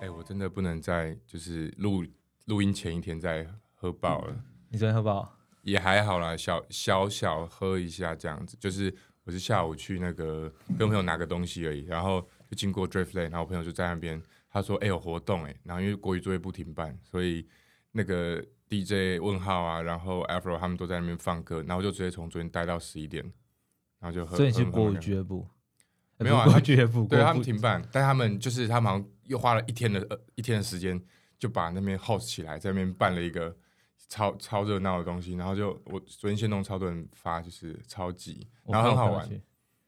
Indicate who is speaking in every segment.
Speaker 1: 哎真的不能再就是录录音前一天再喝爆了，
Speaker 2: 你昨天喝饱？
Speaker 1: 也还好啦，小小小喝一下这样子。就是我是下午去那个跟朋友拿个东西而已，然后就经过 Drift Lane，然后我朋友就在那边，他说：“哎、有活动哎、然后因为国语作业不停办，所以那个 DJ 问号啊，然后 Afro 他们都在那边放歌，然后我就直接从昨天待到十一点，然后就喝。
Speaker 2: 所以你去
Speaker 1: 喝
Speaker 2: 国
Speaker 1: 喝
Speaker 2: 语
Speaker 1: 喝
Speaker 2: 俱乐部？呃
Speaker 1: 没有啊
Speaker 2: 不是国
Speaker 1: 他
Speaker 2: 语俱乐部，
Speaker 1: 对
Speaker 2: 国
Speaker 1: 他
Speaker 2: 部
Speaker 1: 们停办，但他们就是他们好像又花了一天的、呃、一天的时间，就把那边 host 起来，在那边办了一个超超热闹的东西，然后就我昨天线动超多人发，就是超级，
Speaker 2: 我
Speaker 1: 然后很
Speaker 2: 朋
Speaker 1: 好
Speaker 2: 友
Speaker 1: 玩，
Speaker 2: 去，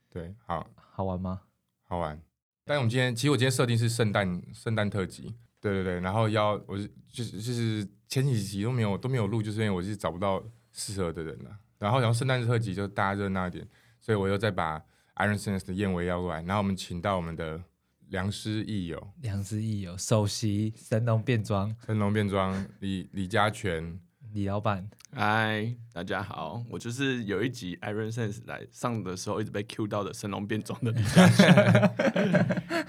Speaker 1: 对，好
Speaker 2: 好玩吗？
Speaker 1: 好玩。但我们今天其实我今天设定是圣诞圣诞特辑，对对对，然后要我是就是就是前几集都没有都没有录，就是因为我是找不到适合的人了、然后然后圣诞特辑就大家热闹一点，所以我又再把 Iron Sense 的燕尾邀过来，然后我们请到我们的良师益友。
Speaker 2: 良师益友，首席神农变装
Speaker 1: 神龙变装，李李家全，
Speaker 2: 李老板，
Speaker 3: 嗨，大家好，我就是有一集 Iron Sense 来上的时候一直被 Q 到的神龙变 装的李佳琦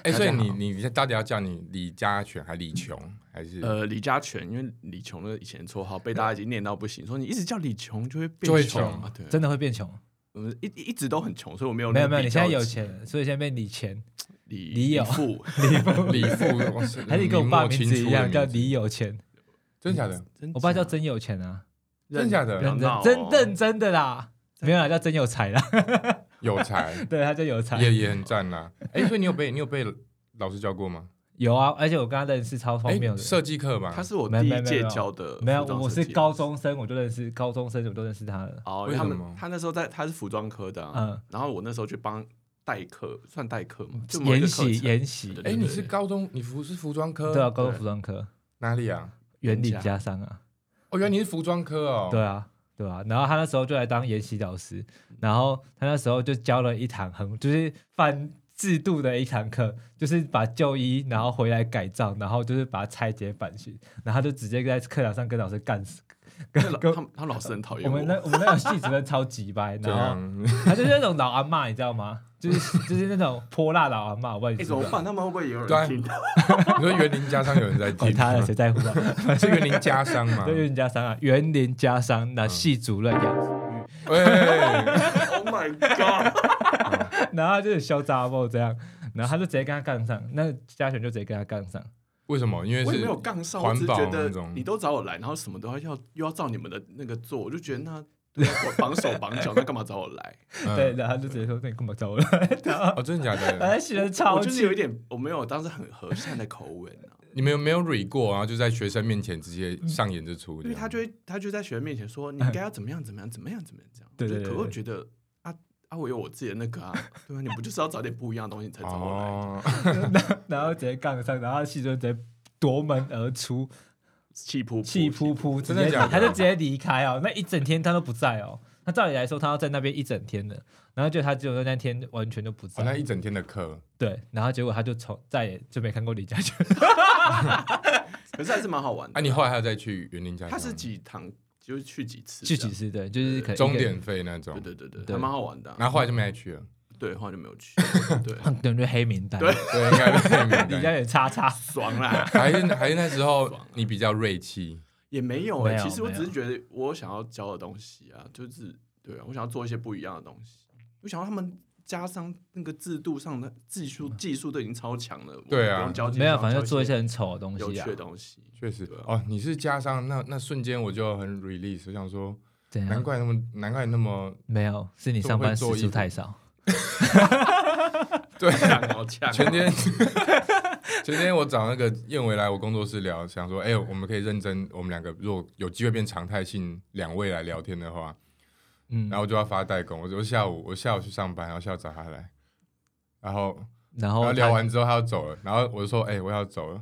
Speaker 1: 哎、所以
Speaker 3: 大家
Speaker 1: 你
Speaker 3: 好
Speaker 1: 你你到底要叫你李家全还李琼还是、
Speaker 3: 呃，李家全，因为李琼的以前绰号被大家已经念到不行，说你一直叫李琼就会
Speaker 1: 就会
Speaker 3: 变穷
Speaker 1: 穷
Speaker 3: 啊，对，
Speaker 2: 真的会变穷？
Speaker 3: 我们一一直都很穷，所以我
Speaker 1: 哦
Speaker 3: 没有
Speaker 2: 没有
Speaker 3: 那个
Speaker 2: 没有，
Speaker 3: 比
Speaker 2: 你现在
Speaker 3: 较
Speaker 2: 有
Speaker 3: 级
Speaker 2: 钱了，所以现在变李钱，
Speaker 3: 李
Speaker 2: 李友
Speaker 3: 富，
Speaker 1: 李父？哇是
Speaker 2: 还是跟我
Speaker 1: 嗯明
Speaker 2: 爸
Speaker 1: 末
Speaker 2: 名
Speaker 1: 清
Speaker 2: 字
Speaker 1: 初
Speaker 2: 一
Speaker 1: 的
Speaker 2: 样
Speaker 1: 名
Speaker 2: 叫
Speaker 1: 字
Speaker 2: 李有钱，
Speaker 1: 真假 的？
Speaker 3: 真
Speaker 2: 我爸叫
Speaker 3: 假
Speaker 2: 真有钱啊，
Speaker 1: 真假的
Speaker 3: 不要
Speaker 2: 认真
Speaker 3: 闹
Speaker 2: 真
Speaker 3: 哦
Speaker 2: 认真的啦，没有啦，叫真有 才啦，，
Speaker 1: 有才
Speaker 2: 对他叫有才，
Speaker 1: 也也很赞啦。哎、所以你有被你有被老师教过吗？
Speaker 2: 有啊，而且我跟他认识超 荒
Speaker 1: 哎、
Speaker 2: 谬的，
Speaker 1: 设计课嘛
Speaker 3: 他，是我
Speaker 2: 没
Speaker 3: 第
Speaker 2: 没
Speaker 3: 一
Speaker 2: 没
Speaker 3: 届
Speaker 2: 没有
Speaker 3: 教的，
Speaker 2: 没有，我是高。中生我就认识，高中生我都认识他了，
Speaker 3: 哦，因
Speaker 1: 为
Speaker 3: 他
Speaker 1: 什
Speaker 3: 们
Speaker 1: 么
Speaker 3: 他那时候在他是服装科的、啊，
Speaker 2: 嗯
Speaker 3: 然后我那时候去帮代课，算代课嘛，就某一
Speaker 2: 研
Speaker 3: 个课
Speaker 2: 习
Speaker 3: 程
Speaker 2: 研习，
Speaker 3: 对
Speaker 1: 哎、你是高中，你服是服装科，
Speaker 2: 对啊，高中服装科，
Speaker 1: 哪里啊？
Speaker 2: 圆
Speaker 3: 人
Speaker 2: 领
Speaker 3: 家
Speaker 2: 加上啊，
Speaker 1: 哦，原来你是服装科哦，
Speaker 2: 对，啊，对啊。然后他那时候就来当研习老师，然后他那时候就教了一堂很就是反制度的一堂课，就是把旧衣然后回来改造，然后就是把它拆解版型，然后他就直接在课堂上跟老师干死。
Speaker 3: 那老
Speaker 2: 跟
Speaker 3: 他们他们老师很讨厌
Speaker 2: 我们那我们那个系主任超级 掰，
Speaker 1: 这
Speaker 3: 啊
Speaker 2: 然后
Speaker 1: 样。
Speaker 2: 他就是那种老阿嬷，你知道吗？就是就是那种泼辣老阿嬷，我问
Speaker 3: 哎
Speaker 2: 你知
Speaker 3: 怎
Speaker 2: 道
Speaker 3: 么
Speaker 2: 吗，
Speaker 3: 办？他们会不会也有
Speaker 1: 对啊
Speaker 3: 人听到？
Speaker 1: 你说园林家商有人在听
Speaker 2: 管，他了，谁在乎 啊？
Speaker 1: 是园林家商
Speaker 3: 嗯
Speaker 1: 吗？
Speaker 2: 对，园林家商啊，园林家商那系主任杨
Speaker 1: 哎
Speaker 3: Oh my god！
Speaker 2: 然后他就是小杂毛这样，然后他就直接跟他杠上，那嘉璇就直接跟他杠上，
Speaker 1: 为什么？因为
Speaker 3: 我
Speaker 1: 是
Speaker 3: 也没有杠上，我
Speaker 1: 环
Speaker 3: 只是
Speaker 1: 保
Speaker 3: 觉
Speaker 1: 那
Speaker 3: 得
Speaker 1: 种
Speaker 3: 你都找我来，然后什么都要要又要照你们的那个做，我就觉得那我绑手绑脚，那干嘛找我来？
Speaker 1: 嗯
Speaker 2: 对，哎然后他就直接说：“那你干嘛找我 来？”然后
Speaker 1: 哦，真的假的？
Speaker 2: 他写的
Speaker 3: 我
Speaker 2: 超
Speaker 3: 就是
Speaker 2: 气
Speaker 3: 有一，点我没有当时很和善的口吻啊，
Speaker 1: 你们有没有 re 过，然后就在学生面前直接
Speaker 2: 嗯
Speaker 1: 上演这出？
Speaker 3: 因为他就会他就在学生面前说你应该要怎么样怎么样怎么样怎么样这样。
Speaker 2: 对对
Speaker 3: 就
Speaker 2: 对
Speaker 3: 可我
Speaker 2: 对
Speaker 3: 觉得啊啊，我有我自己的那个啊，对啊，你不就是要找点不一样的东西你才找我来？
Speaker 1: 哦，
Speaker 2: 然后直接杠上，然后他气就直接夺门而出，
Speaker 3: 气噗噗
Speaker 2: 气噗噗，直
Speaker 1: 真的
Speaker 2: 接
Speaker 1: 假的
Speaker 2: 他就直接离开哦，那一整天他都不在哦。那照理来说，他要在那边一整天的，然后就他只有那天完全都不
Speaker 1: 哦，那一
Speaker 2: 在，
Speaker 1: 整天的课，
Speaker 2: 对，然后结果他就从再也就没看过李嘉璇，
Speaker 3: 可是还是蛮好玩的。
Speaker 1: 啊，你后来还要再去园林家乡？
Speaker 3: 他是几堂就是去几次？
Speaker 2: 去几？次对， 就是可能一个
Speaker 1: 啊终点费那种
Speaker 3: 对，对对对，
Speaker 2: 对
Speaker 3: 还蛮好玩的啊。
Speaker 1: 然后后来就没再去了。
Speaker 3: 对，后来就没有去。对，
Speaker 2: 可能就黑名单，
Speaker 3: 对
Speaker 1: 对，应该是
Speaker 2: 李
Speaker 1: 没单。
Speaker 2: 嘉璇叉叉。
Speaker 3: 爽啦！
Speaker 1: 还是还是那时候你比较锐气，
Speaker 3: 也没有哎、
Speaker 2: 嗯没有
Speaker 3: 其实我
Speaker 2: 没有
Speaker 3: 只是觉得我想要教的东西啊，就是对啊，我想要做一些不一样的东西。我想要他们加上那个制度上的技术，技术都已经超强了。我
Speaker 1: 对啊
Speaker 3: 不用教技术
Speaker 2: 嗯没有，反正就做一些
Speaker 3: 想要
Speaker 2: 很丑的东
Speaker 3: 教一些有
Speaker 2: 西啊
Speaker 3: 趣。的东西。
Speaker 1: 确实
Speaker 3: 对啊
Speaker 1: 哦，你是加上那那瞬间我就很 release，我想说，
Speaker 2: 怎
Speaker 1: 难
Speaker 2: 样？
Speaker 1: 怪那么难怪那 么
Speaker 2: 没有，是你上班时数太少。
Speaker 1: 对，
Speaker 3: 呛哦呛哦
Speaker 1: 前 天前天我找那个燕伟来我工作室聊，想说，哎、我们可以认真，我们两个如果有机会变常态性两位来聊天的话，
Speaker 2: 嗯
Speaker 1: 然，后我就要发代工，我就下午我下午去上班，然后下午找他来，然后
Speaker 2: 然
Speaker 1: 然
Speaker 2: 后
Speaker 1: 后
Speaker 2: 他
Speaker 1: 聊，完之后他要走了，然后我就说，哎、我要走了，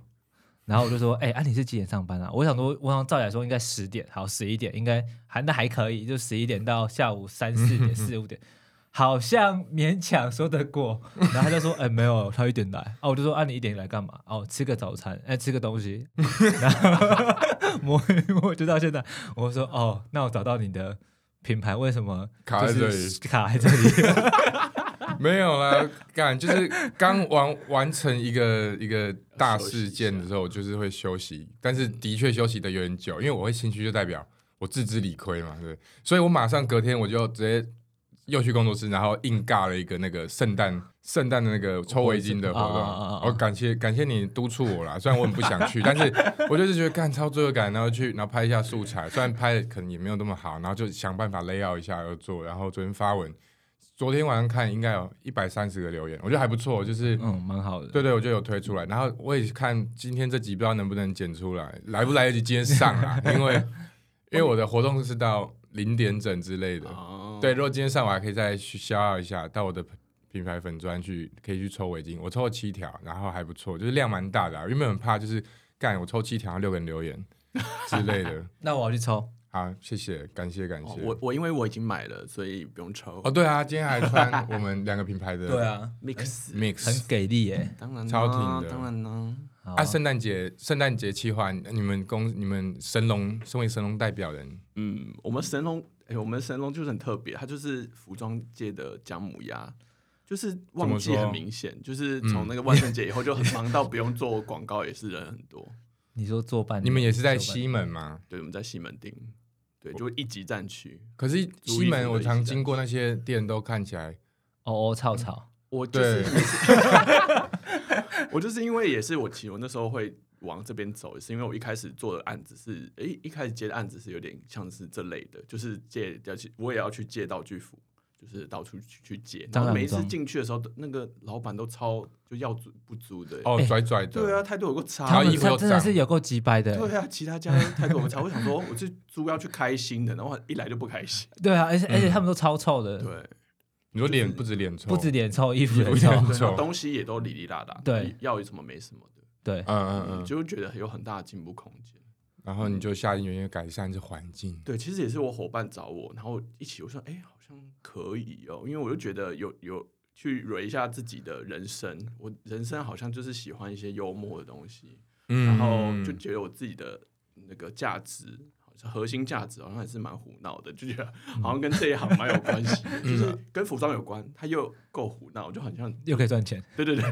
Speaker 2: 然后我就说，哎，啊，你是几点上班啊？我想说，我想照理来说应该十点，好，十一点应该还那还可以，就十一点到下午三四点、四五点。好像勉强说得过，然后他就说：“哎、没有，他一点来。”啊，我就说：“啊，你一点来干嘛？哦，吃个早餐，哎、吃个东西。” 然后摸一摸，就到现在，我说：“哦，那我找到你的品牌，为什么
Speaker 1: 卡在
Speaker 2: 就
Speaker 1: 这
Speaker 2: 是
Speaker 1: 里
Speaker 2: 卡在这里？”
Speaker 1: 没有啦，干就是刚完完成一个 一个大事件的时候，我就是会休息，但是的确休息的有点久，因为我会心虚，就代表我自知理亏嘛，对，所以我马上隔天我就直接又去工作室，然后硬尬了一个那个圣诞圣诞的那个抽围巾的活动，我、啊
Speaker 2: 哦哦哦哦
Speaker 1: 感谢感谢你督促我啦，虽然我很不想 去，但是我就是觉得干超罪恶感，然后去然后拍一下素材，虽然拍的可能也没有那么好，然后就想办法 lay out 一下要做，然后昨天发文。昨天晚上看应该有一百三十个留言，我觉得还不错，就是、
Speaker 2: 嗯，蛮好的。
Speaker 1: 对对，我就有推出来。然后我也看今天这集不知道能不能剪出来，来不来得及今天上啊？因为因为我的活动是到零点整之类的。
Speaker 3: 哦，
Speaker 2: 嗯
Speaker 1: 对，如果今天上我还可以再去消耗一下，到我的品牌粉砖去可以去抽围巾，我抽了七条，然后还不错，就是量蛮大的、啊。原本很怕就是干我抽七条六个人留言之类 的。
Speaker 2: 那我要去抽，
Speaker 1: 好，谢谢，感谢感
Speaker 3: 哦
Speaker 1: 谢。
Speaker 3: 我我因为我已经买了，所以不用抽。
Speaker 1: 哦，对啊，今天还穿我们两个品牌的
Speaker 2: 对啊，
Speaker 3: mix
Speaker 1: mix，
Speaker 2: 很给力耶。
Speaker 3: 当然啦
Speaker 1: 超挺的
Speaker 3: 当然啦。
Speaker 2: 好
Speaker 1: 嗯啊，圣诞节圣诞节企划，你们公你们神龙身为神龙代表人，
Speaker 3: 嗯，我们神龙，哎、我们神龙就是很特别，它就是服装界的姜母鸭，就是旺
Speaker 1: 怎
Speaker 3: 季
Speaker 1: 么说
Speaker 3: 很明显，就是从那个万圣节以后就很忙到不用做广告，也是人很多。
Speaker 2: 你说做半年，
Speaker 1: 你们也是在
Speaker 2: 做半年
Speaker 1: 西门吗？
Speaker 3: 对，我们在西门町，对，就一级战区。
Speaker 1: 可是
Speaker 3: 租衣服
Speaker 1: 西门
Speaker 3: 的
Speaker 1: 我
Speaker 3: 一
Speaker 1: 常
Speaker 3: 起在
Speaker 1: 经过那些店都看起来，
Speaker 2: 哦哦草草，
Speaker 3: 我就
Speaker 1: 对
Speaker 3: 是， 我就是因为也是我其实我那时候会往这边走，也是因为我一开始做的案子是，诶、一开始接的案子是有点像是这类的，就是借要去，我也要去借道具服，就是到处去去借。
Speaker 2: 蟑
Speaker 3: 然
Speaker 2: 螂
Speaker 3: 后每一次
Speaker 2: 装
Speaker 3: 进去的时候，那个老板都超就要租不租的、
Speaker 1: 哦
Speaker 2: 哎，
Speaker 1: 拽拽的，
Speaker 3: 对啊，态度有个差。
Speaker 1: 然
Speaker 2: 他
Speaker 1: 后
Speaker 2: 们
Speaker 1: 衣服又
Speaker 2: 真的
Speaker 1: 脏
Speaker 2: 是有够鸡掰的。
Speaker 3: 对啊，其他家态度有个差。我想说，我是租要去开心的，然后一来就不开心。
Speaker 2: 对啊，而
Speaker 1: 嗯
Speaker 2: 且而且他们都超臭的，
Speaker 3: 对，
Speaker 1: 你说脸不止脸臭，
Speaker 2: 不止脸臭，衣服也
Speaker 1: 衣服
Speaker 2: 臭
Speaker 1: 也。
Speaker 3: 对然
Speaker 1: 错
Speaker 3: 后东西也都哩哩啦啦，
Speaker 2: 对，
Speaker 3: 要有什么没什么的，
Speaker 2: 对
Speaker 1: 嗯，嗯
Speaker 3: 嗯，
Speaker 1: 嗯，
Speaker 3: 就会觉得有很大的进步空间。
Speaker 1: 然后你就下定决心改善这环境，
Speaker 3: 对，其实也是我伙伴找我，然后一起我说，哎、好像可以哦，因为我就觉得有有去蕊一下自己的人生，我人生好像就是喜欢一些幽默的东西，
Speaker 1: 嗯
Speaker 3: 然后就觉得我自己的那个价值。好像核心价值好像还是蛮胡闹的，就觉得好像跟这一行蛮有关系的，就是跟服装有关，它又够胡闹，就好像
Speaker 2: 又可以赚钱。
Speaker 3: 对对对，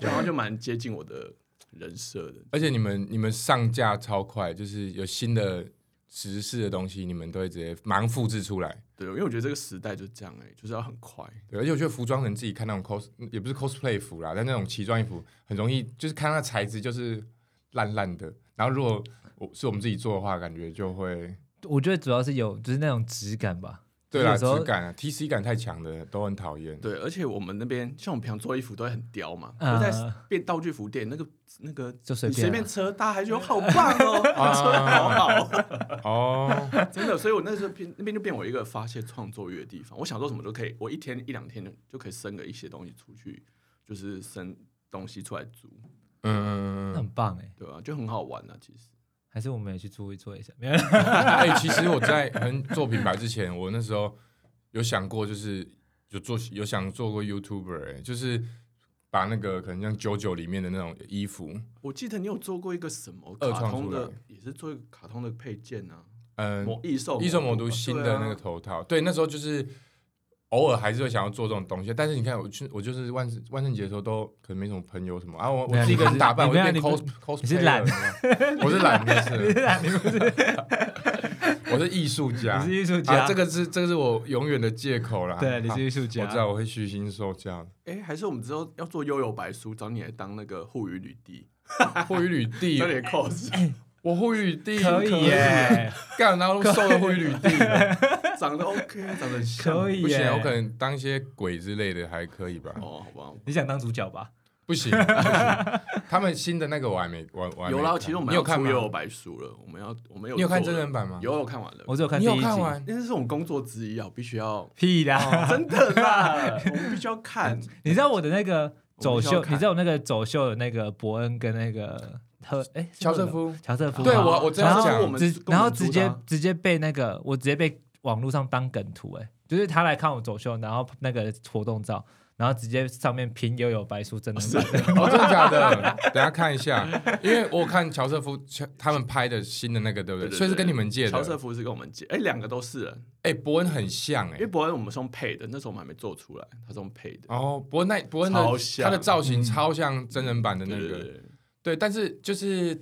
Speaker 3: 然后就蛮接近我的人设的。
Speaker 1: 而且你们你们上架超快，就是有新的时事的东西，你们都会直接马上复制出来。
Speaker 3: 对，因为我觉得这个时代就这样哎、就是要很快。
Speaker 1: 对，而且我觉得服装人自己看那种 cos，也不是 cosplay 服啦，但那种奇装异服很容易，就是看它的材质就是烂烂的。然后如果我是我们自己做的话，感觉就会
Speaker 2: 我觉得主要是有就是那种质感吧。
Speaker 1: 对
Speaker 2: 就
Speaker 1: 啦，
Speaker 2: 有时候
Speaker 1: 质感啊，TC 感太强的都很讨 厌。
Speaker 3: 对，而且我们那边像我们平常做衣服都会很刁嘛，
Speaker 2: 啊
Speaker 1: 嗯
Speaker 3: 就在变道具服店那个那个
Speaker 2: 就随
Speaker 3: 你
Speaker 2: 便啊
Speaker 3: 随便车，大家还觉得好棒哦，
Speaker 1: 啊
Speaker 3: 车得好好，
Speaker 1: 哦，
Speaker 3: 真的。所以我那时候变那边就变我一个发泄创作欲的地方，我想做什么都可以，我一天一两天就就可以生个一些东西出去，就是生东西出来租，
Speaker 1: 嗯嗯嗯嗯
Speaker 2: 那很棒哎，
Speaker 3: 对啊，就很好玩啊，其实。
Speaker 2: 还是我们也去做一做一下。没有啦，
Speaker 1: 嗯。 哎、其实我在很做品牌之前，我那时候有想过，就是有做有想做过 YouTuber，、哎，就是把那个可能像九九里面的那种衣服，
Speaker 3: 我记得你有做过一个什么
Speaker 1: 二
Speaker 3: 卡
Speaker 1: 创
Speaker 3: 通
Speaker 1: 出来
Speaker 3: 的，也是做一个卡通的配件啊，
Speaker 1: 嗯、
Speaker 3: 魔异兽
Speaker 1: 异兽魔
Speaker 3: 都
Speaker 1: 都新
Speaker 3: 啊
Speaker 1: 的那个头套，对，那时候就是偶尔还是会想要做这种东西，但是你看我去，我就是万圣万圣节的时候都可能没什么朋友什么啊，我我
Speaker 2: 没有
Speaker 1: 自己一个人打扮，我
Speaker 2: 你不
Speaker 1: 就是变
Speaker 2: 你不
Speaker 1: cos
Speaker 2: 是
Speaker 1: cos，
Speaker 2: 你是懒，
Speaker 1: 我是 懒，没
Speaker 2: 你
Speaker 1: 事，
Speaker 2: 是啊你不是
Speaker 1: 我是艺术家，
Speaker 2: 你是艺术
Speaker 1: 啊，
Speaker 2: 家，
Speaker 1: 这个是这个是我永远的借口啦，
Speaker 2: 对，你
Speaker 1: 好
Speaker 2: 是艺术家。
Speaker 1: 我知道我会虚心受 教，
Speaker 3: 哎、还是我们之后要做悠悠白书，找你来当那个护语女帝，
Speaker 1: 护与履地
Speaker 3: 找，你的 cos，
Speaker 1: 我护与履地
Speaker 2: 可以，耶，
Speaker 1: 干然后瘦的护与履地，
Speaker 3: 长得 OK，长得很像
Speaker 2: 可以
Speaker 1: 不行，我可
Speaker 2: 耶。
Speaker 1: 能当一些鬼之类的还可以吧，
Speaker 3: 哦，好吧。
Speaker 2: 你想当主角吧？
Speaker 1: 不行，不行他们新的那个我还没我我还没
Speaker 3: 有啦，其实我们
Speaker 1: 你有看
Speaker 3: 出
Speaker 1: 吗
Speaker 3: 悠悠白书了，我们要我们有
Speaker 1: 你有看
Speaker 3: 做
Speaker 1: 真
Speaker 3: 了
Speaker 1: 人版吗？
Speaker 3: 有我看完了，
Speaker 2: 我只有看
Speaker 1: 你
Speaker 2: 第一
Speaker 1: 有
Speaker 2: 集。
Speaker 1: 看完？哦
Speaker 3: 那是我们工作之一啊，我必须要
Speaker 2: 屁啦！
Speaker 3: 真的 啦，我们必须要看。
Speaker 2: 你知道我的那个走
Speaker 3: 我
Speaker 2: 秀，
Speaker 3: 必须要看
Speaker 2: 你知道我那个走秀的那个伯恩跟那个特哎
Speaker 1: 乔瑟夫，
Speaker 2: 乔瑟夫
Speaker 1: 对
Speaker 2: 吗
Speaker 1: 我我这
Speaker 2: 然
Speaker 1: 样
Speaker 2: 后
Speaker 1: 讲
Speaker 3: 我们
Speaker 2: 直
Speaker 3: 跟
Speaker 2: 然后
Speaker 3: 我们
Speaker 2: 直
Speaker 3: 租的
Speaker 2: 接
Speaker 3: 啊
Speaker 2: 直接被那个我直接被网络上当梗图哎、欸就是他来看我走秀，然后那个活动照，然后直接上面拼悠悠白书真的
Speaker 1: 哦，真的假 的？等一下看一下，因为我有看乔瑟夫乔他们拍的新的那个，对不对？
Speaker 3: 对对
Speaker 1: 所以是跟你们借的。
Speaker 3: 乔瑟夫是跟我们借，哎，两个都是人，
Speaker 1: 哎、伯恩很像哎、
Speaker 3: 因为伯恩我们是用配的，那时候我们还没做出来，他是用配的。
Speaker 1: 哦，伯恩那伯恩
Speaker 3: 超
Speaker 1: 的他
Speaker 3: 像
Speaker 1: 的造型超像真人版的那
Speaker 3: 对
Speaker 1: 个，
Speaker 3: 嗯对对对，
Speaker 1: 对，但是就是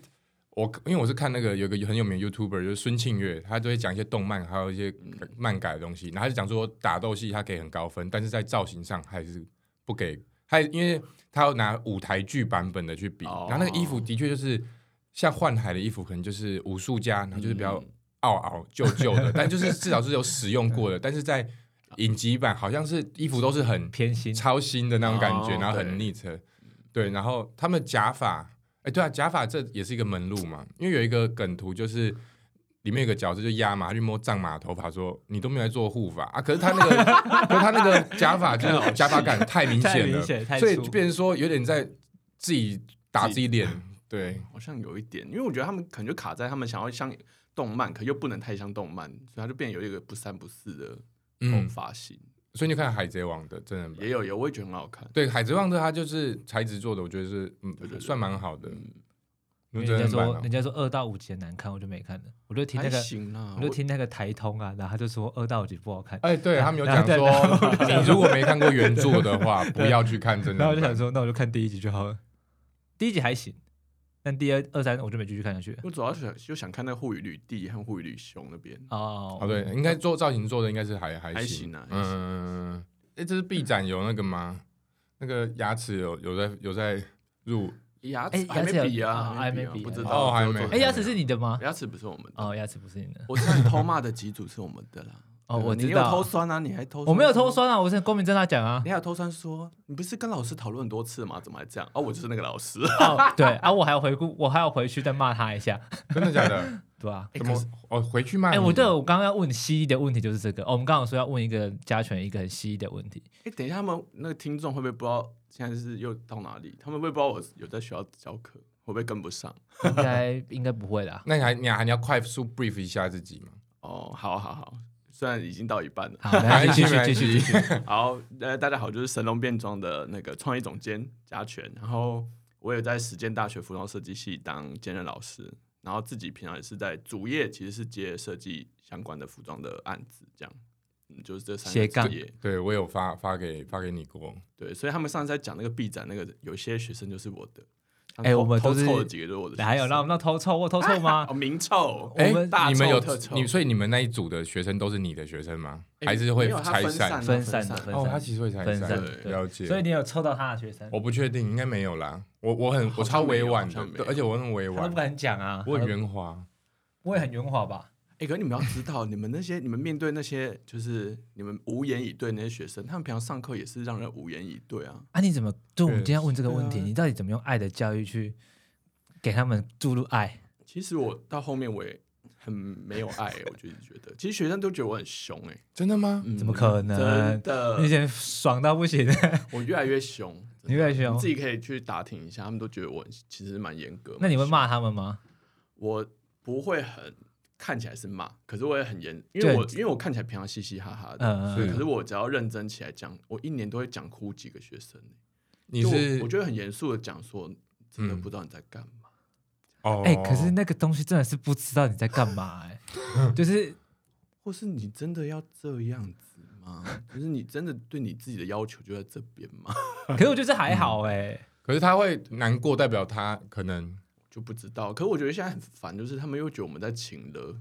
Speaker 1: 我因为我是看那个有一个很有名的 YouTuber 就是孙庆月，他都会讲一些动漫，还有一些漫改的东西，然后他就讲说打斗戏他给很高分，但是在造型上还是不给，还因为他要拿舞台剧版本的去比，
Speaker 3: 哦
Speaker 1: 然后那个衣服的确就是像幻海的衣服，可能就是武术家，然后就是比较
Speaker 3: 嗯
Speaker 1: 拗拗旧旧的，但就是至少是有使用过的，但是在影集版好像是衣服都是很
Speaker 2: 偏心。
Speaker 1: 超新的那种感觉，
Speaker 3: 哦
Speaker 1: 然后很
Speaker 3: 对
Speaker 1: neat，对，然后他们假发，哎，对啊，假发这也是一个门路嘛，因为有一个梗图就是。里面有个角色就压嘛，他去摸藏马的头发，说你都没有在做护发啊！可是他那个，可是他那个假发就
Speaker 3: 看好
Speaker 1: 是
Speaker 3: 戏
Speaker 1: 假发感太明
Speaker 2: 太
Speaker 1: 显
Speaker 2: 明
Speaker 1: 了，
Speaker 2: 显，太粗
Speaker 1: 所以就变成说有点在自己打自己脸。对，
Speaker 3: 好像有一点，因为我觉得他们可能就卡在他们想要像动漫，可又不能太像动漫，所以他就变得有一个不三不四的头
Speaker 1: 嗯，
Speaker 3: 发型。
Speaker 1: 所以你看《海贼王》的真人版
Speaker 3: 也，有有，我也觉得很好看。
Speaker 1: 对，《海贼王》的它就是材质做的，我觉得是嗯
Speaker 3: 对对对
Speaker 1: 算蛮好的。用
Speaker 2: 因为
Speaker 1: 真
Speaker 2: 人家
Speaker 1: 人版
Speaker 2: 说
Speaker 1: 啊
Speaker 2: 人家说二到五集很难看，我就没看了，我就听那
Speaker 3: 还
Speaker 2: 个
Speaker 3: 行啊啦，
Speaker 2: 我就听那个台通啊，然后他就说二到五集不好看，
Speaker 1: 哎，对他们有
Speaker 2: 然后
Speaker 1: 讲
Speaker 2: 对
Speaker 1: 说， 你如果没看过原著的话，不要去看真人版。
Speaker 2: 然 后我就想说，那我就看第一集就好了。第一集还行，但第二二三我就没继续看下去了。
Speaker 3: 我主要想就想看那个护羽吕弟和护羽吕兄那边，
Speaker 2: 哦，
Speaker 1: 哦，对，应该做造型做的应该是还还
Speaker 3: 还
Speaker 1: 行
Speaker 3: 行啊还行
Speaker 1: 嗯，哎，这是臂展有那个吗？那个牙齿有有在有在入
Speaker 3: 牙
Speaker 2: 哎
Speaker 3: 齿还没
Speaker 2: 牙齿
Speaker 3: 比
Speaker 2: 有
Speaker 3: 啊，没
Speaker 2: 啊还没比
Speaker 3: 啊
Speaker 2: 啊
Speaker 3: 不知
Speaker 1: 哦
Speaker 3: 道，
Speaker 1: 还没
Speaker 3: 没
Speaker 2: 哎，牙齿是你的吗？
Speaker 3: 牙齿不是我们的。
Speaker 2: 哦，牙齿不是你的。
Speaker 3: 我看偷骂的几组是我们的啦。
Speaker 2: 哦，
Speaker 3: 对啊
Speaker 2: 我
Speaker 3: 你
Speaker 2: 知
Speaker 3: 有偷
Speaker 2: 道，
Speaker 3: 酸啊，你还偷？
Speaker 2: 我没有偷，酸啊，我是光明正大讲啊
Speaker 3: 你。还有偷酸说你不是跟老师讨论很多次吗？怎么还这样？哦，我就是那个老师。
Speaker 2: 哦，对啊，我还要回顾，我还要回去再骂他一下，
Speaker 1: 真的假的？
Speaker 2: 对吧？
Speaker 1: 怎么？哦，回去骂你。
Speaker 2: 哎，我对我刚刚要问西医的问题就是这个，哦我们刚刚有说要问一个加权，一个很西医的问题。
Speaker 3: 哎，等一下，他们那个听众会不会不知道现在是又到哪里？他们会不会不知道我有在学校教课？会不会跟不上？
Speaker 2: 应该应该不会啦。
Speaker 1: 那你还你还你要快速 brief 一下自己嘛？
Speaker 3: 哦，好好好，虽然已经到一半了。
Speaker 2: 好，来继续
Speaker 1: 没关
Speaker 2: 继
Speaker 1: 系
Speaker 2: 续继续。
Speaker 3: 好，呃，大家好，就是神龙变装的那个创意总监加权，然后我也在实践大学服装设计系当兼任老师，然后自己平常也是在主业其实是接设计相关的服装的案子，这样，嗯，就是这三
Speaker 2: 斜
Speaker 3: 个
Speaker 2: 杠
Speaker 3: 职业，
Speaker 1: 对我有发发给发给你过，
Speaker 3: 对，所以他们上次在讲那个 B 展，那个有些学生就是我的，像
Speaker 2: 哎
Speaker 3: 偷
Speaker 2: 我们
Speaker 3: 偷
Speaker 2: 都是
Speaker 3: 凑了几个就是我的学生，
Speaker 2: 还有，那我们那偷臭，我有偷臭吗
Speaker 3: 哦？明臭，
Speaker 2: 我
Speaker 1: 哎
Speaker 2: 们，
Speaker 3: 大
Speaker 1: 你们
Speaker 3: 臭
Speaker 1: 有
Speaker 3: 特臭
Speaker 1: 你，所以你们那一组的学生都是你的学生吗？还是
Speaker 3: 没
Speaker 1: 会
Speaker 3: 有它
Speaker 1: 拆
Speaker 3: 分散啊
Speaker 2: 分散的
Speaker 3: 分散
Speaker 2: 分
Speaker 1: 哦，他
Speaker 2: 散的。
Speaker 1: 其实会拆
Speaker 2: 分散
Speaker 3: 对
Speaker 1: 了解。
Speaker 2: 所以你有抽到他的学生，
Speaker 1: 我不确定，应该没有啦。我我很我
Speaker 3: 好像
Speaker 1: 超
Speaker 3: 没
Speaker 1: 委
Speaker 3: 有
Speaker 1: 婉
Speaker 3: 好像
Speaker 1: 的
Speaker 3: 没，
Speaker 1: 对，
Speaker 3: 有
Speaker 1: 而且我很委
Speaker 2: 他都
Speaker 1: 婉
Speaker 2: 不，敢讲啊。
Speaker 1: 我很
Speaker 2: 他都
Speaker 1: 圆滑。
Speaker 2: 我也很圆滑吧？
Speaker 3: 哎、可是你们要知道，你们那些你们面对那些就是你们无言以对那些学生，他们平常上课也是让人无言以对啊。
Speaker 2: 啊，你怎么？就我们
Speaker 1: 确
Speaker 2: 今天问这个问题，
Speaker 3: 对啊
Speaker 2: 你到底怎么用爱的教育去给他们注入爱？
Speaker 3: 其实我到后面我也很没有爱、我就是觉得，其实学生都觉得我很凶哎、
Speaker 1: 真的吗？
Speaker 3: 嗯
Speaker 2: 怎么可能
Speaker 3: 真
Speaker 2: 你以
Speaker 3: 的，
Speaker 2: 前爽到不行，
Speaker 3: 我越来越凶，真 的
Speaker 2: 你越来越凶
Speaker 3: 你自己可以去打听一下，他们都觉得我很其实蛮严格。
Speaker 2: 那你会
Speaker 3: 蛮凶？
Speaker 2: 骂他们吗？
Speaker 3: 我不会很看起来是骂，可是我也很严，因为
Speaker 2: 就
Speaker 3: 我因为我看起来平常嘻嘻哈哈的，
Speaker 2: 嗯
Speaker 1: 是
Speaker 3: 可是我只要认真起来讲，我一年都会讲哭几个学生、欸。
Speaker 1: 你
Speaker 3: 就我
Speaker 1: 是
Speaker 3: 我觉得很严肃的讲说，真的
Speaker 1: 嗯
Speaker 3: 不知道你在干嘛。
Speaker 1: 哦，
Speaker 2: 哎、可是那个东西真的是不知道你在干嘛 哎、就是
Speaker 3: 或是你真的要这样子吗？ 就是你真的对你自己的要求就在这边吗？
Speaker 2: 可是我觉得这还好哎、
Speaker 1: 可是他会难过，代表他可能
Speaker 3: 就不知道。可是我觉得现在很烦，就是他们又觉得我们在请了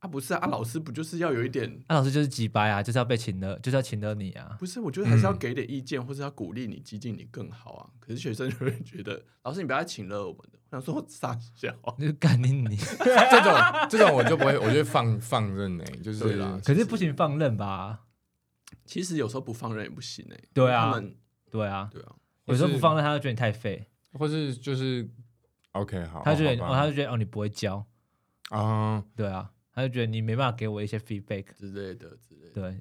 Speaker 3: 啊，不是啊，啊老师不就是要有一点？
Speaker 2: 那、老师就是鸡掰啊，就是要被请的，就是要请的你啊。
Speaker 3: 不是，我觉得还是要给点意见，或是要鼓励你、激进你更好啊。可是学生就会觉得，老师你不要再请了我们了。我想说傻笑，
Speaker 2: 就是干你 你，
Speaker 1: 这种这种我就不会，我就会放放任哎，就是
Speaker 3: 对啦
Speaker 2: 可是不行放任吧？
Speaker 3: 其实有时候不放任也不行哎、
Speaker 2: 对啊
Speaker 3: 他们
Speaker 2: 对啊，
Speaker 3: 对啊，
Speaker 2: 有时候不放任，他就觉得你太废，
Speaker 1: 或是就是 OK 好，
Speaker 2: 他就觉得、
Speaker 1: 好
Speaker 2: 哦，他
Speaker 1: 吧
Speaker 2: 就觉得哦你不会教，
Speaker 1: 啊，
Speaker 2: 对啊，他就觉得你没办法给我一些 feedback，
Speaker 3: 之类的之类的。
Speaker 2: 对，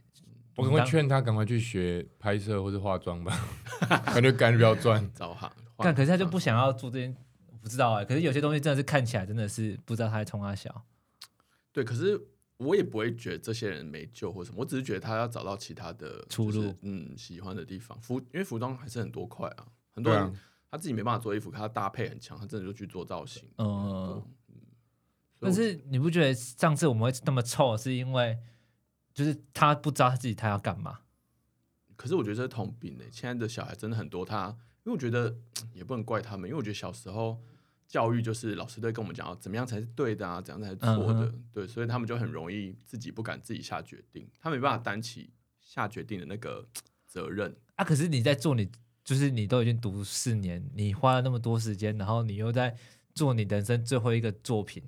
Speaker 1: 我可能会劝他赶快去学拍摄或是化妆吧， 感觉感觉比较赚。
Speaker 3: 招行，
Speaker 2: 但可是他就
Speaker 3: 换
Speaker 2: 不想要做这件，欸我不知道哎、可是有些东西真的是看起来真的是不知道他在冲他笑，
Speaker 3: 对，可是我也不会觉得这些人没救或什么，我只是觉得他要找到其他的
Speaker 2: 出
Speaker 3: 就是
Speaker 2: 路
Speaker 3: 嗯，喜欢的地方服，因为服装还是很多块啊，很多人、
Speaker 1: 对
Speaker 3: 他自己没办法做衣服，可他搭配很强，他真的就去做造型。
Speaker 2: 嗯，
Speaker 3: 所
Speaker 2: 但
Speaker 3: 以我
Speaker 2: 是你不觉得上次我们会那么臭，是因为就是他不知道他自己他要干嘛？
Speaker 3: 可是我觉得这是通病诶、现在的小孩真的很多他，因为我觉得也不能怪他们，因为我觉得小时候教育就是老师都会跟我们讲，哦怎么样才是对的啊，怎样才是错的，
Speaker 2: 嗯
Speaker 3: 对，所以他们就很容易自己不敢自己下决定，他没办法担起下决定的那个责任。
Speaker 2: 啊，可是你在做你，就是你都已经读四年，你花了那么多时间，然后你又在做你人生最后一个作品，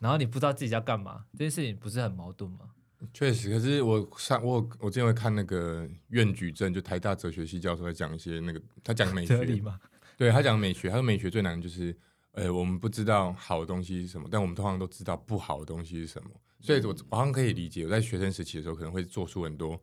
Speaker 2: 然后你不知道自己要干嘛，这件事情不是很矛盾吗？
Speaker 1: 确实，可是我上我有我之前会看那个苑举正，就台大哲学系教授在讲一些那个，他讲美
Speaker 2: 哲理
Speaker 1: 学，
Speaker 2: 吗？
Speaker 1: 对他讲美学，他说美学最难的就是，呃，我们不知道好的东西是什么，但我们通常都知道不好的东西是什么，所以我我好像可以理解，我在学生时期的时候可能会做出很多，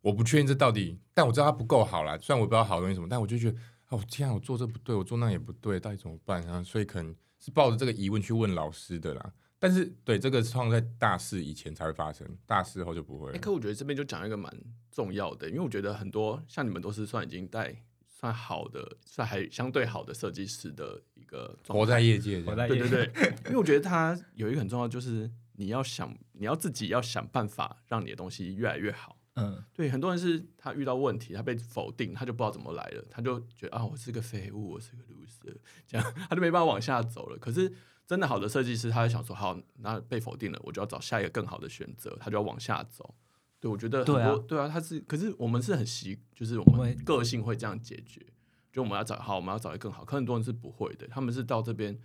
Speaker 1: 我不确定这到底，但我知道它不够好啦，虽然我不知道好的东西是什么，但我就觉得，哦，天啊，我做这不对，我做那也不对，到底怎么办啊？所以可能是抱着这个疑问去问老师的啦。但是，对这个创在大四以前才会发生，大四后就不会了。
Speaker 3: 哎、可我觉得这边就讲一个蛮重要的，因为我觉得很多像你们都是算已经在算好的，算还相对好的设计师的一个状
Speaker 1: 活在业界这
Speaker 2: 我
Speaker 1: 样，
Speaker 2: 在
Speaker 3: 对对对，因为我觉得它有一个很重要，就是你要想，你要自己要想办法让你的东西越来越好。
Speaker 2: 嗯，
Speaker 3: 对，很多人是他遇到问题，他被否定，他就不知道怎么来了，他就觉得啊，我是个废物，我是个 loser，这样 他就没办法往下走了。可是真的好的设计师，他会想说，好，那被否定了，我就要找下一个更好的选择，他就要往下走。对，我觉得很多
Speaker 2: 对啊
Speaker 3: 对啊，他是，可是我们是很习，就是我
Speaker 2: 我
Speaker 3: 们
Speaker 2: 们
Speaker 3: 个性会这样解决，就我们要找好，我们要找一个更好。可很多人是不会的，他们是到这边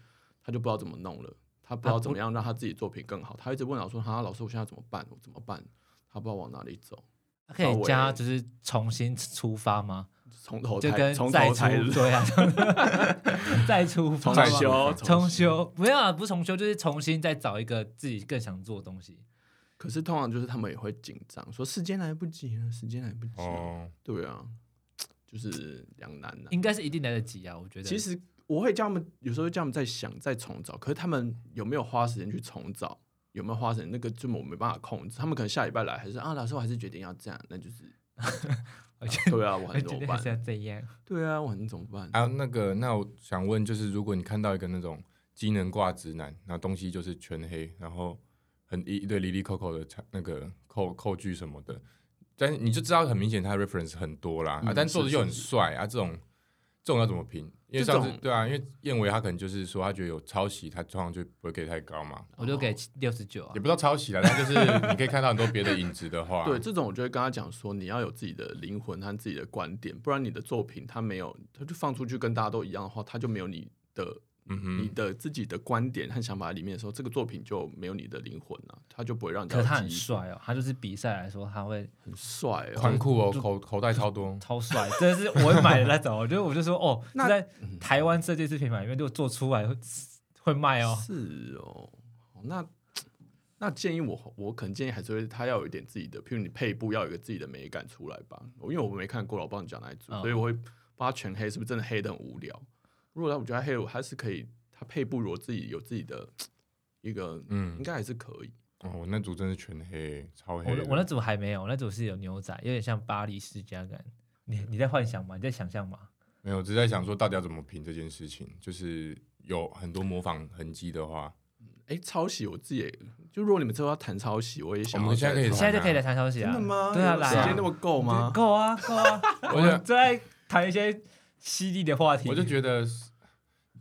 Speaker 3: 他就不知道怎么弄了，他不知
Speaker 2: 啊
Speaker 3: 道怎
Speaker 2: 不
Speaker 3: 么样让他自己作品更好，他一直问老师说，哈，老师，我现在怎么办？我怎么办？他不知道往哪里走。
Speaker 2: 他啊可
Speaker 3: 稍
Speaker 2: 以
Speaker 3: 微
Speaker 2: 加就是重新出发吗？
Speaker 3: 从头
Speaker 2: 就
Speaker 3: 开
Speaker 2: 跟
Speaker 3: 从
Speaker 2: 再
Speaker 3: 头
Speaker 2: 出
Speaker 3: 开 始，
Speaker 2: 对啊，再出发
Speaker 3: 重
Speaker 2: 吗
Speaker 3: 修
Speaker 2: 重。修，不要啊，不是重修，就是重新再找一个自己更想做的东西。
Speaker 3: 可是通常就是他们也会紧张，说时间来不及了，时间来不及了。
Speaker 1: 哦，
Speaker 3: 对啊，就是两难呐、
Speaker 2: 应该是一定来得及啊，我觉得。
Speaker 3: 其实我会叫他们，有时候会叫他们在想，在重找。可是他们有没有花时间去重找？有没有花时间？那个就我没办法控制。他们可能下礼拜来，还是啊，老师，我还是决定要这样，那就是。
Speaker 2: 我觉
Speaker 3: 对啊，我还
Speaker 2: 哎
Speaker 3: 能怎
Speaker 2: 今天
Speaker 3: 么
Speaker 2: 还是要
Speaker 3: 办？
Speaker 2: 这样。
Speaker 3: 对啊，我还能怎么办？
Speaker 1: 啊，那个，那我想问，就是如果你看到一个那种机能挂直男，然后东西就是全黑，然后很一一堆离离扣扣的产那个扣扣具什么的，但你就知道很明显他的 reference 很多啦，啊
Speaker 3: 嗯，
Speaker 1: 但做的
Speaker 3: 是
Speaker 1: 又很
Speaker 3: 是
Speaker 1: 帅啊，这种这种要怎么评？因为
Speaker 3: 这
Speaker 1: 上次
Speaker 3: 种
Speaker 1: 对啊，因为燕维他可能就是说他觉得有抄袭，他通常就不会给太高嘛，
Speaker 2: 我就
Speaker 3: 哦
Speaker 2: 给六十九啊
Speaker 1: 也。不知道抄袭啦，但就是你可以看到很多别的影子的话，
Speaker 3: 对，这种我就会跟他讲说，你要有自己的灵魂和自己的观点，不然你的作品它没有，它就放出去跟大家都一样的话，它就没有你的、
Speaker 1: 嗯
Speaker 3: 你
Speaker 1: 哼，
Speaker 3: 的自己的观点和想法在里面的时候，这个作品就没有你的灵魂了、它就不会让人家
Speaker 2: 可
Speaker 3: 有
Speaker 2: 是他很
Speaker 3: 记忆，
Speaker 2: 帅哦，他就是比赛来说，他会
Speaker 3: 很帅、
Speaker 1: 宽
Speaker 3: 哦。
Speaker 1: 裤哦，口口袋超多，
Speaker 2: 超帅，真的是我会买的那种。我就我就说哦，
Speaker 3: 那嗯
Speaker 2: 就在台湾设计师品牌里面，如果做出来会会
Speaker 1: 哎
Speaker 2: 卖哦。
Speaker 3: 是哦，好那那建议我，我可能建议还是会他要有一点自己的，譬如你配布要有一个自己的美感出来吧。因为我没看过，我帮你讲那一组，
Speaker 2: 嗯
Speaker 3: 所以我会把它全黑，是不是真的黑的很无聊？如果他我觉得他黑，我还是可以，他配布如果自己有自己的一个，
Speaker 1: 嗯
Speaker 3: 应，该还是可以。
Speaker 1: 哦，我那组真是全黑，超黑
Speaker 2: 我
Speaker 1: 的
Speaker 2: 的我那组还没有，我那组是有牛仔，有点像巴黎世家感。你你在幻想吗？你在想象吗？
Speaker 1: 没有，我只是在想说到底要怎么评这件事情，就是有很多模仿痕迹的话，
Speaker 3: 哎、抄袭我自己也，就如果你们之后要谈抄袭，我也想
Speaker 1: 我
Speaker 3: 要
Speaker 1: 们现在可以
Speaker 3: 再
Speaker 1: 谈
Speaker 2: 现在就可以来谈消息啊？
Speaker 3: 真的吗？
Speaker 2: 对啊，
Speaker 3: 有
Speaker 2: 来
Speaker 3: 时
Speaker 2: 啊
Speaker 3: 间那么够吗？
Speaker 2: 够啊，够啊！我
Speaker 1: 我就
Speaker 2: 们在谈一些犀利的话题。
Speaker 1: 我就觉得，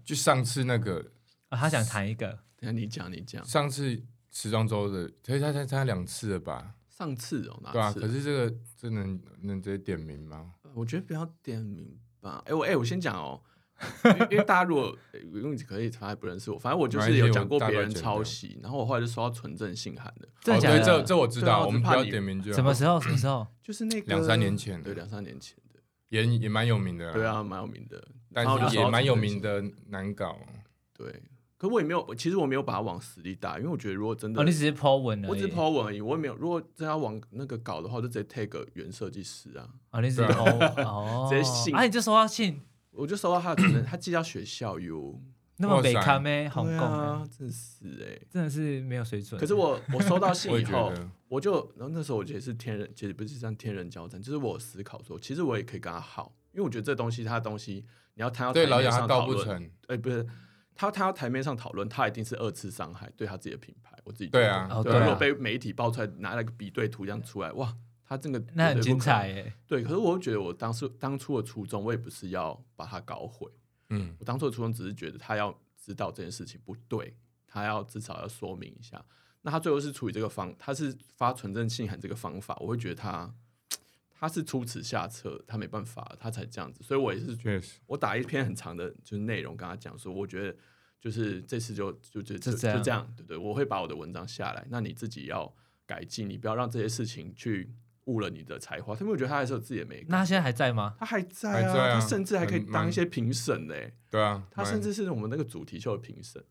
Speaker 1: 就上次那个
Speaker 2: 啊，他想谈一
Speaker 1: 哦
Speaker 2: 个，
Speaker 3: 等一下你讲，你讲。
Speaker 1: 上次时装周的，其实他他他两次了吧，
Speaker 3: 上次哦，哪
Speaker 1: 对啊，
Speaker 3: 次？
Speaker 1: 可是这个这能能直接点名吗？
Speaker 3: 我觉得不要点名吧。哎、我哎、我先 讲哦，因为因为大家如果呃因为可以，他还不认识我，反正我就
Speaker 1: 没关
Speaker 3: 是
Speaker 1: 系
Speaker 3: 有讲过
Speaker 1: 我大
Speaker 3: 别
Speaker 1: 概
Speaker 3: 人
Speaker 1: 剪
Speaker 3: 抄
Speaker 1: 掉
Speaker 3: 袭，然后我后来就收到纯正信函的，
Speaker 2: 真
Speaker 1: 哦
Speaker 2: 的假
Speaker 1: 对，这
Speaker 2: 的？
Speaker 1: 这我知
Speaker 3: 对啊
Speaker 1: 道，
Speaker 3: 我
Speaker 1: 我们
Speaker 3: 只
Speaker 1: 不
Speaker 3: 怕
Speaker 1: 要
Speaker 3: 你
Speaker 1: 点名就好
Speaker 2: 什么时候？什么时候？
Speaker 3: 就是那个
Speaker 1: 两三年前
Speaker 3: 对，两三年前的，
Speaker 1: 也也蛮有名的，
Speaker 3: 对，啊，蛮有名的，
Speaker 1: 但
Speaker 3: 然后我
Speaker 1: 是
Speaker 3: 就
Speaker 1: 也
Speaker 3: 收到
Speaker 1: 蛮
Speaker 3: 纯
Speaker 1: 有
Speaker 3: 正
Speaker 1: 名
Speaker 3: 信
Speaker 1: 的难搞，啊
Speaker 3: 对。可我也没有，其实我没有把它往死里打，因为我觉得如果真
Speaker 1: 嗯
Speaker 3: 的，
Speaker 2: 哦，你只是 po 文而已。
Speaker 3: 我只是 po 文而已，我也没有。如果真的要往那个搞的话，我就直接 tag 原设计师啊，
Speaker 2: 哦，你只是
Speaker 1: 对啊
Speaker 2: po 哦，
Speaker 3: 直接信
Speaker 2: 啊，你就收到信
Speaker 3: 我就收到他的，他寄到学校哟，
Speaker 2: 那么
Speaker 1: 哇塞
Speaker 2: 北咖咩，红
Speaker 3: 对
Speaker 2: 共、
Speaker 3: 啊，真是哎、
Speaker 2: 真的是没有水准。
Speaker 3: 可是我我收到信
Speaker 1: 我
Speaker 3: 以
Speaker 1: 也觉
Speaker 3: 后，
Speaker 1: 得
Speaker 3: 我就，然后那时候我也是天人，其实不是像天人交战，就是我有思考说，其实我也可以跟他好，因为我觉得这东西他的东西，你要摊到
Speaker 1: 对
Speaker 3: 台
Speaker 1: 老
Speaker 3: 面
Speaker 1: 蒋
Speaker 3: 上
Speaker 1: 他道
Speaker 3: 讨
Speaker 1: 不
Speaker 3: 论，
Speaker 1: 成，
Speaker 3: 哎，不是，他他要台面上讨论，他一定是二次伤害对他自己的品牌，我自己觉
Speaker 1: 对
Speaker 3: 得
Speaker 1: 啊
Speaker 2: 哦
Speaker 3: 对
Speaker 2: 对啊
Speaker 3: 如果被媒体爆出来，拿了个比对图这样出来，哇，他这个
Speaker 2: 那很
Speaker 3: 绝对
Speaker 2: 精
Speaker 3: 不可能
Speaker 2: 彩耶，
Speaker 3: 对，可是我又觉得我当时当初的初衷，我也不是要把它搞毁，
Speaker 1: 嗯，
Speaker 3: 我当初的初衷只是觉得他要知道这件事情不对，他要至少要说明一下。那他最后是处理这个方，他是发存证信函这个方法，我会觉得他他是出此下策，他没办法，他才这样子。所以我也是，
Speaker 1: 确实，
Speaker 3: 我打一篇很长的，就是内容跟他讲说，我觉得就是这次就就就
Speaker 2: 就
Speaker 3: 就
Speaker 2: 这样
Speaker 3: 就这样，对对，我会把我的文章下来，那你自己要改进，你不要让这些事情去误了你的才华。他们我觉得他还是有自己的美感，
Speaker 2: 那他现在还在吗？
Speaker 3: 他还在啊，
Speaker 1: 还在啊
Speaker 3: 他甚至还可以
Speaker 1: 很
Speaker 3: 当一
Speaker 1: 蛮
Speaker 3: 些评审嘞、
Speaker 1: 对啊，
Speaker 3: 他
Speaker 1: 蛮
Speaker 3: 甚至是我们那个主题秀的评审。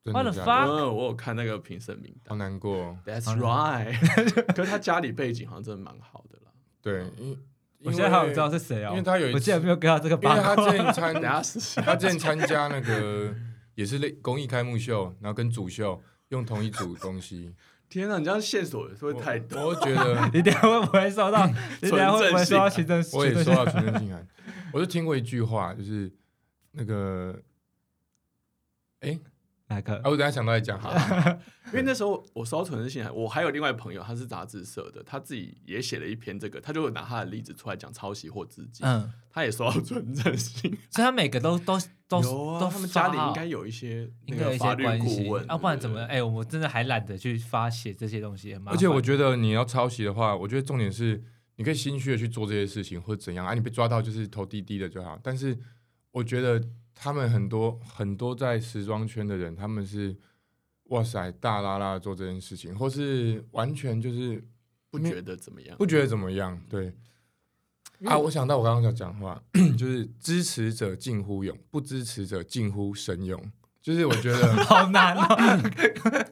Speaker 1: 真
Speaker 2: What
Speaker 1: 的
Speaker 2: the
Speaker 1: 假
Speaker 2: fuck？
Speaker 1: 的，
Speaker 2: 啊
Speaker 3: 嗯，我有看那个评审名单。
Speaker 1: 好
Speaker 2: 嗯
Speaker 1: 难过哦，
Speaker 3: That's
Speaker 2: 好
Speaker 3: right。可是他家里背景好像真的蛮好的啦。
Speaker 1: 对，因
Speaker 2: 我现在好想知道
Speaker 1: 因为
Speaker 2: 是谁哦，
Speaker 1: 因为他有一
Speaker 2: 我
Speaker 1: 次
Speaker 2: 竟然没有给他这个
Speaker 1: 因为
Speaker 2: 八
Speaker 1: 他
Speaker 2: 卦
Speaker 1: 之。前
Speaker 3: 等
Speaker 1: 参
Speaker 3: 下私下
Speaker 1: 他之前参加那个也是类公益开幕秀，然后跟主秀用同一组东西，
Speaker 3: 天 哪，你这样线索会
Speaker 1: 我
Speaker 3: 不会太多？
Speaker 1: 我觉得
Speaker 2: 你等一下会不会 收到？你等一下会不会收到行政？
Speaker 1: 我也啊
Speaker 2: 行
Speaker 1: 收
Speaker 2: 政
Speaker 1: 到纯正信函，我就听过一句话，就是那个。哎，
Speaker 2: 哪个
Speaker 1: 啊，？我等一下想到再讲好了。
Speaker 3: 因为那时候我收到存信函，我还有另外一朋友，他是杂志社的，他自己也写了一篇这个，他就有拿他的例子出来讲抄袭或自己，
Speaker 2: 嗯，
Speaker 3: 他也收到存证信函。
Speaker 2: 所以他每个都都都
Speaker 3: 有啊
Speaker 2: 都
Speaker 3: 他们
Speaker 2: 发
Speaker 3: 家里应该
Speaker 2: 哦
Speaker 3: 有一些那
Speaker 2: 应该有
Speaker 3: 个
Speaker 2: 一
Speaker 3: 法
Speaker 2: 些
Speaker 3: 律
Speaker 2: 关系
Speaker 3: 顾问，，
Speaker 2: 要不然怎么？
Speaker 3: 对不对
Speaker 2: 哎，我真的还懒得去发写这些东西，很麻
Speaker 1: 而
Speaker 2: 烦
Speaker 1: 且我觉得你要抄袭的话，我觉得重点是你可以心虚的去做这些事情，或者怎样啊，你被抓到就是头低低的啊就好。但是我觉得他们很多很多在时装圈的人，他们是哇塞大拉拉地做这件事情，或是完全就是
Speaker 3: 不觉得怎么样？
Speaker 1: 不觉得怎么样。对啊，
Speaker 2: 嗯
Speaker 1: 我想到我刚刚想讲的话， 就是支持者近乎勇，不支持者近乎神勇。就是我觉得。
Speaker 2: 好难 哦。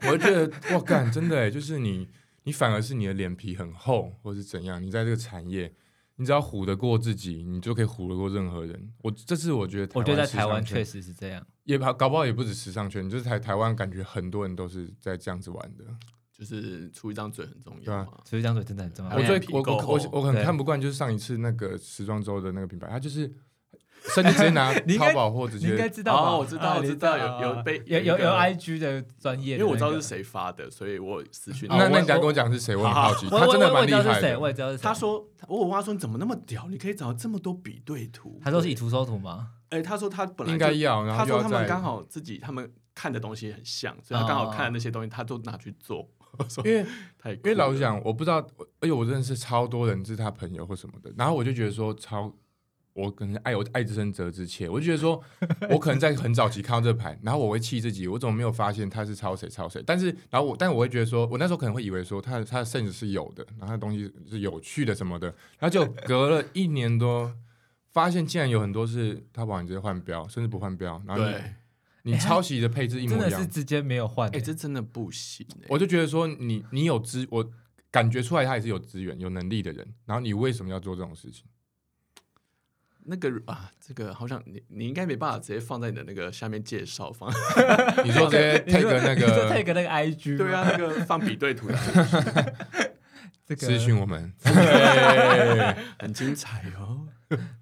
Speaker 1: 我就觉得哇，干，真的欸就是你，你反而是你的脸皮很厚，或是怎样，你在这个产业，你只要唬得过自己，你就可以唬得过任何人。我这是我觉得，
Speaker 2: 我觉得在台湾确
Speaker 1: 实
Speaker 2: 实是这样。
Speaker 1: 也搞搞不好也不止时尚圈，就是台台湾感觉很多人都是在这样子玩的。
Speaker 3: 就是出一张嘴很重
Speaker 1: 对
Speaker 3: 要
Speaker 1: 啊
Speaker 3: 嘛。
Speaker 2: 所以这样嘴真的很重要。啊
Speaker 1: 我最
Speaker 3: 脸皮
Speaker 1: 我
Speaker 3: 够
Speaker 1: 我
Speaker 3: 厚
Speaker 1: 我我很
Speaker 2: 对
Speaker 1: 看不惯，就是上一次那个时装周的那个品牌，他就是甚至直接拿
Speaker 2: 你应该
Speaker 1: 淘宝货直
Speaker 2: 你应该
Speaker 1: 接。
Speaker 2: 知道吧？
Speaker 3: 哦我知道
Speaker 2: 啊
Speaker 3: 我知
Speaker 2: 你
Speaker 3: 道
Speaker 2: 啊
Speaker 3: 有有被
Speaker 2: 有
Speaker 3: 有
Speaker 2: 有
Speaker 3: 一个
Speaker 2: 有 IG 的专业
Speaker 3: 因
Speaker 2: 的那个，
Speaker 3: 为我知道是谁发的，所以我有私讯他。
Speaker 1: 啊那
Speaker 2: 哦
Speaker 1: 那
Speaker 2: 我
Speaker 1: 你敢跟我讲是谁？我很
Speaker 3: 好
Speaker 1: 好奇，
Speaker 2: 我
Speaker 1: 他真的
Speaker 2: 我我
Speaker 1: 蛮
Speaker 2: 也
Speaker 1: 厉
Speaker 2: 知道
Speaker 1: 害
Speaker 2: 是谁，我
Speaker 1: 的。
Speaker 2: 也知道是谁。
Speaker 3: 他说，我问他说你怎么那么屌，你可以找到这么多比对图？
Speaker 2: 他说是以图搜图吗？
Speaker 3: 哎、他说他本来
Speaker 1: 应该
Speaker 3: 就
Speaker 1: 要，然
Speaker 3: 他
Speaker 1: 后又要
Speaker 3: 说他们
Speaker 1: 在，
Speaker 3: 刚好自己他们看的东西很像，所以他刚好看的那些东西，他都拿去做。我说
Speaker 1: 因为
Speaker 3: 太酷
Speaker 1: 因
Speaker 3: 了，
Speaker 1: 为老实讲，我不知道，我而且我认识超多人是他朋友或什么的，然后我就觉得说超，我可能爱我爱之深责之切，我就觉得 说，我可能在很早期看到这盘，然后我会气自己，我怎么没有发现他是抄谁抄谁？但是，然后我，但我会觉得说，我那时候可能会以为说他的他的 sense 是有的，然后他的东西是有趣的什么的，然后就隔了一年多，发现竟然有很多是他往你直接换标，甚至不换标，然后
Speaker 3: 对，
Speaker 1: 你
Speaker 3: 哎、
Speaker 1: 你抄袭的配置一
Speaker 2: 真
Speaker 1: 模
Speaker 2: 的
Speaker 1: 一样
Speaker 2: 是，直接没有换欸。
Speaker 3: 这真的不行、哎
Speaker 1: 我就觉得说你你有资，我感觉出来他也是有资源、有能力的人，然后你为什么要做这种 事情？
Speaker 3: 那个啊，这个好想你，你应该没办法直接放在你的那个下面介绍放。
Speaker 1: 你说直接
Speaker 2: 你说
Speaker 1: take 那
Speaker 2: 你说
Speaker 1: 个
Speaker 2: take 那个 IG 吗
Speaker 3: 对啊，那个放比对图的
Speaker 2: 这个
Speaker 1: 私讯我 们，
Speaker 3: 很精彩哦。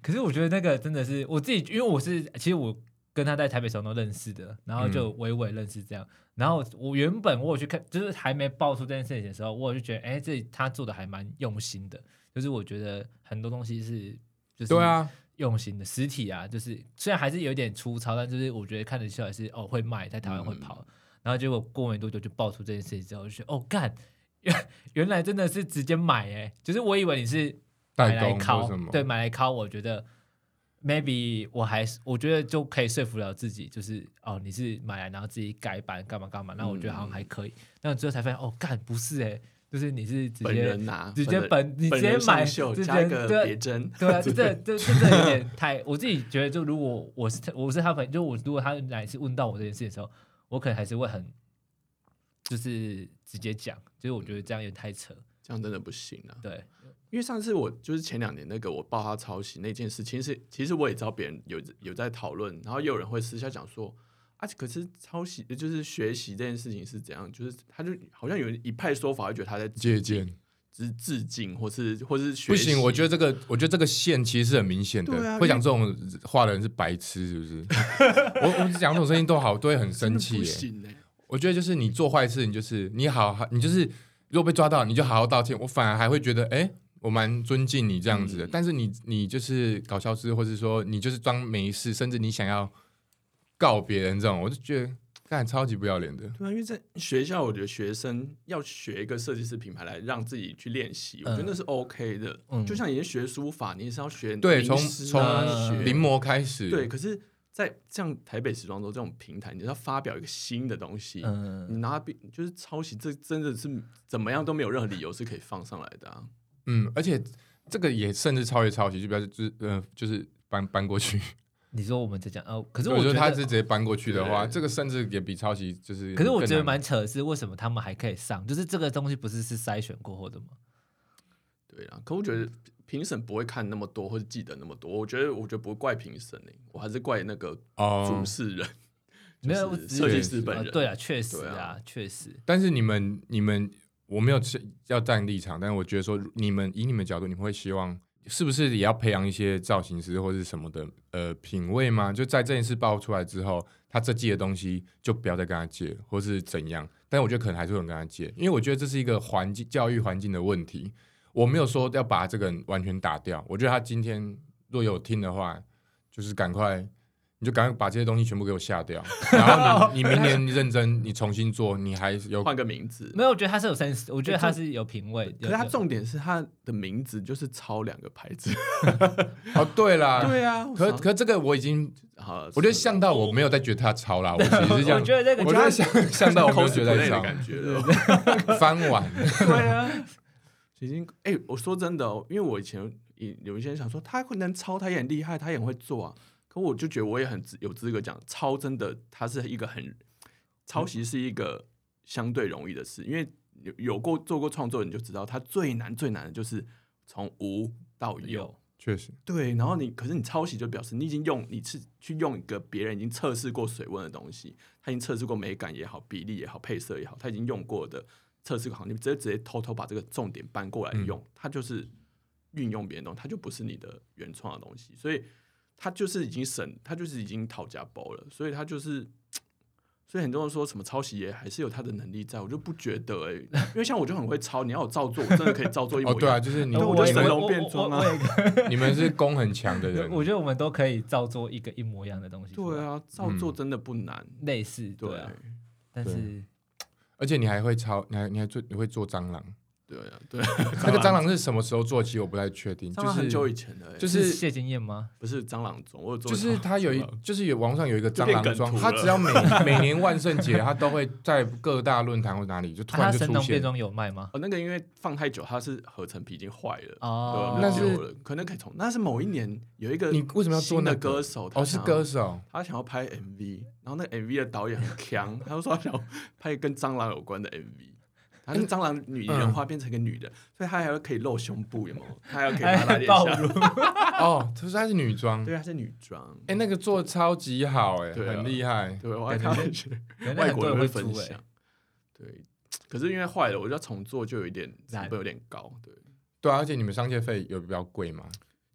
Speaker 2: 可是我觉得那个真的是我自己，因为我是其实我跟他在台北时候都认识的，然后
Speaker 1: 嗯
Speaker 2: 就微微认识这样。然后我原本我有去看，就是还没爆出这件事情的时候，我有就觉得，哎，这他做的还蛮用心的。就是我觉得很多东西是，就是
Speaker 1: 对， 啊，
Speaker 2: 用心的实体啊，就是虽然还是有点粗糙，但就是我觉得看得出来是哦会卖，在台湾会
Speaker 1: 嗯
Speaker 2: 跑。然后结果过没多久就爆出这件事情之后，我就觉得哦干，原原来真的是直接买哎、就是我以为你是买
Speaker 1: 代
Speaker 2: 来
Speaker 1: 工或什
Speaker 2: 拷，
Speaker 1: 么？
Speaker 2: 对，买来拷，我觉得 maybe 我还是我觉得就可以说服了自己，就是哦你是买来然后自己改版干嘛干嘛，那我觉得好像还可以，但我最后才发现哦干不是哎、就是你是直
Speaker 3: 本
Speaker 2: 接
Speaker 3: 人拿，
Speaker 2: 直接
Speaker 3: 人
Speaker 2: 本你直
Speaker 3: 本
Speaker 2: 接
Speaker 3: 人上
Speaker 2: 买
Speaker 3: 秀
Speaker 2: 直接
Speaker 3: 加一个
Speaker 2: 对
Speaker 3: 别针，
Speaker 2: 对 啊，这这这这这有点太，我自己觉得，就如果我是他我是他朋友，就我如果他哪一次问到我这件事情的时候，我可能还是会很，就是直接讲，就是我觉得这样也太扯，
Speaker 3: 这样真的不行啊。
Speaker 2: 对，
Speaker 3: 因为上次我就是前两年那个我爆他抄袭那件事，其实其实我也知道别人有有在讨论，然后也有人会私下讲说，啊，可是抄袭就是学习这件事情是怎样？就是他就好像有一派说法，会觉得他在
Speaker 1: 借鉴
Speaker 3: 致致敬，或是或是学
Speaker 1: 不行，我觉
Speaker 3: 得
Speaker 1: 得这个，我觉得这个线其实是很明显
Speaker 3: 对
Speaker 1: 的。
Speaker 3: 啊
Speaker 1: 会讲这种话的人是白痴，是不 是？我我讲这种声音都好，都会很生气
Speaker 3: 不
Speaker 1: 耶。
Speaker 3: 行欸呢、
Speaker 1: 我觉得就是你做坏事，你就是你好好，你就是如果被抓到，你就好好道歉。我反而还会觉得，哎、我蛮尊敬你这样子的。
Speaker 3: 嗯
Speaker 1: 但是你你就是搞消失，或是说你就是装没事，甚至你想要告别人这种，我就觉得干超级不要脸的。
Speaker 3: 对啊，因为在学校，我觉得学生要学一个设计师品牌来让自己去练习，我觉得
Speaker 2: 嗯
Speaker 3: 那是 OK 的。
Speaker 2: 嗯
Speaker 3: 就像你学书法，你也是要学
Speaker 1: 对，
Speaker 3: 名
Speaker 1: 从
Speaker 3: 师啊
Speaker 2: 嗯
Speaker 1: 从
Speaker 3: 学
Speaker 1: 临摹开始，
Speaker 3: 对，可是，在像台北时装周这种平台，你要发表一个新的东西，你
Speaker 2: 嗯，
Speaker 3: 拿笔就是抄袭，这真的是怎么样都没有任何理由是可以放上来的啊！
Speaker 1: 嗯，而且这个也甚至超越抄袭，就表示就是呃，就是搬搬过去。
Speaker 2: 你说我们在讲哦，可
Speaker 1: 可
Speaker 2: 是我觉
Speaker 1: 觉
Speaker 2: 得
Speaker 1: 得他是直接搬过去的话，
Speaker 3: 对
Speaker 1: 这个甚至也比抄袭就是更难。
Speaker 2: 可是我觉得蛮扯的是，为什么他们还可以上？就是这个东西不是是筛选过后的吗？
Speaker 3: 对啊，可我觉得评审不会看那么多，或者记得那么多。我觉得，我觉得不会怪评审呢，欸我还是怪那个
Speaker 1: 哦
Speaker 3: 主，事人，
Speaker 2: 没有
Speaker 3: 就
Speaker 2: 我
Speaker 3: 是
Speaker 2: 只
Speaker 3: 设计
Speaker 2: 是
Speaker 3: 师本
Speaker 2: 呃
Speaker 3: 人。
Speaker 2: 对啊，确实
Speaker 3: 对啊
Speaker 2: 啊，确实，
Speaker 1: 但是你们你们我没有是要站立场，但是我觉得说你们以你们角度，你们会希望是不是也要培养一些造型师或是什么的呃品味吗？就在这件事爆出来之后，他这季的东西就不要再跟他借，或是怎样？但我觉得可能还是会有人跟他借，因为我觉得这是一个环境教育环境的问题。我没有说要把这个人完全打掉，我觉得他今天若有听的话，就是赶快。你就赶快把这些东西全部给我下掉，然后你你明年认真，你重新做，你还有
Speaker 3: 换个名字，
Speaker 2: 没有，我觉得他是有 sense，我觉得
Speaker 3: 可
Speaker 2: 他
Speaker 3: 是
Speaker 2: 是有品味。
Speaker 3: 哎可是他
Speaker 2: 有
Speaker 3: 重点是他的名字就是抄两个牌子。
Speaker 1: 哦，对啦，
Speaker 3: 对啊，
Speaker 1: 可可这个我已经，
Speaker 3: 好，
Speaker 1: 我觉得像到我没有在觉得他抄啦，我其实是这
Speaker 2: 有
Speaker 1: 样，
Speaker 2: 我觉得这
Speaker 1: 我
Speaker 2: 个
Speaker 1: 觉
Speaker 2: 就
Speaker 1: 得
Speaker 2: 是
Speaker 1: 像像到我没有觉得
Speaker 3: cosplay
Speaker 1: 在
Speaker 3: 的感
Speaker 1: 抄，
Speaker 3: 觉了。
Speaker 1: 翻碗，
Speaker 3: 对啊， 已经哎、我说真的、哦，因为我以前有有一些人想说他会能抄，他也很厉害，他也很会做啊。可我就觉得我也很资有资格讲，抄真的，它是一个很抄袭是一个相对容易的事，因为有有过做过创作，你就知道它最难最难的就是从无到有。
Speaker 2: 有
Speaker 1: 确实，
Speaker 3: 对，然后你可是你抄袭就表示你已经用你是去用一个别人已经测试过水温的东西，他已经测试过美感也好、比例也好、配色也好，他已经用过的测试好，你直接直接偷偷把这个重点搬过
Speaker 1: 嗯
Speaker 3: 来用，它就是运用别人的东西，它就不是你的原创的东西，所以它就是已经省，它就是已经讨价包了，所以它就是。所以很多人说什么抄袭也还是有他的能力在，我就不觉得哎、因为像我就很会抄，你要我照做，我真的可以照做一
Speaker 1: 哦，
Speaker 3: 模一样。
Speaker 1: 对啊，就是你
Speaker 3: 那
Speaker 2: 呃
Speaker 3: 我
Speaker 2: 我
Speaker 3: 就
Speaker 2: 也
Speaker 3: 神
Speaker 2: 我
Speaker 3: 龙
Speaker 2: 我
Speaker 3: 变
Speaker 2: 我
Speaker 3: 装啊
Speaker 2: 我也
Speaker 1: 你们是功很强的人，
Speaker 2: 我觉得我们都可以照做一个一模一样的东西出来。
Speaker 3: 对啊，照做
Speaker 1: 嗯
Speaker 3: 真的不难。
Speaker 2: 类似对
Speaker 3: 对
Speaker 2: 啊，但是
Speaker 1: 而且你还会抄，你还你还做你会做蟑螂，
Speaker 3: 对啊，对，
Speaker 1: 那个蟑螂是什么时候做？其实我不太确定，
Speaker 3: 蟑
Speaker 1: 就
Speaker 3: 螂很久
Speaker 1: 是
Speaker 3: 以前的欸，
Speaker 1: 就是是
Speaker 2: 谢金燕吗？
Speaker 3: 不是蟑螂种，我有做
Speaker 1: 欸就
Speaker 3: 过蟑哦
Speaker 1: 是
Speaker 3: 螂，
Speaker 1: 他有一
Speaker 3: 蟑，
Speaker 1: 就是有网上有一个蟑螂
Speaker 3: 就变梗
Speaker 1: 装，
Speaker 3: 图了
Speaker 1: 他只要每每年万圣节，他都会在各大论坛或哪里就
Speaker 2: 啊
Speaker 1: 突
Speaker 2: 他
Speaker 1: 然就
Speaker 2: 神
Speaker 1: 出
Speaker 2: 龙变
Speaker 1: 现，
Speaker 2: 装有卖吗？
Speaker 3: 哦，那个因为放太久，它是合成皮已经坏了，
Speaker 2: 哦
Speaker 3: 对，
Speaker 1: 那
Speaker 3: 我们就是丢了，可能可以重，那是某一年有一个
Speaker 1: 你为什么要做
Speaker 3: 新
Speaker 1: 那
Speaker 3: 的
Speaker 1: 个
Speaker 3: 歌手？他
Speaker 1: 哦，是
Speaker 3: 想要
Speaker 1: 歌，手，
Speaker 3: 他想要拍 MV，然后那个 MV 的导演很强，他就说他想要拍跟蟑螂有关的 MV。他
Speaker 1: 嗯
Speaker 3: 是蟑螂女人化变成一个女的，所以她还要可以露胸部，有没有？她还要可以
Speaker 2: 哎
Speaker 3: 拉拉链
Speaker 2: 暴
Speaker 3: 下，
Speaker 2: 露
Speaker 1: 哦，他是他是女装，
Speaker 3: 对，她是女装，
Speaker 1: 哎、那个做超级好、哎、
Speaker 3: 对啊
Speaker 1: 很厉害。
Speaker 3: 对，我还
Speaker 2: 感觉
Speaker 3: 看到一些
Speaker 2: 原来
Speaker 3: 外
Speaker 2: 很
Speaker 3: 国
Speaker 2: 多人
Speaker 3: 人
Speaker 2: 会
Speaker 3: 分
Speaker 2: 出
Speaker 3: 享
Speaker 2: 哎。。
Speaker 3: 对，可是因为坏了，我就要重做，就有一点成
Speaker 2: 懒
Speaker 3: 本有点高。对，
Speaker 1: 对啊，而且你们商界费有比较贵吗？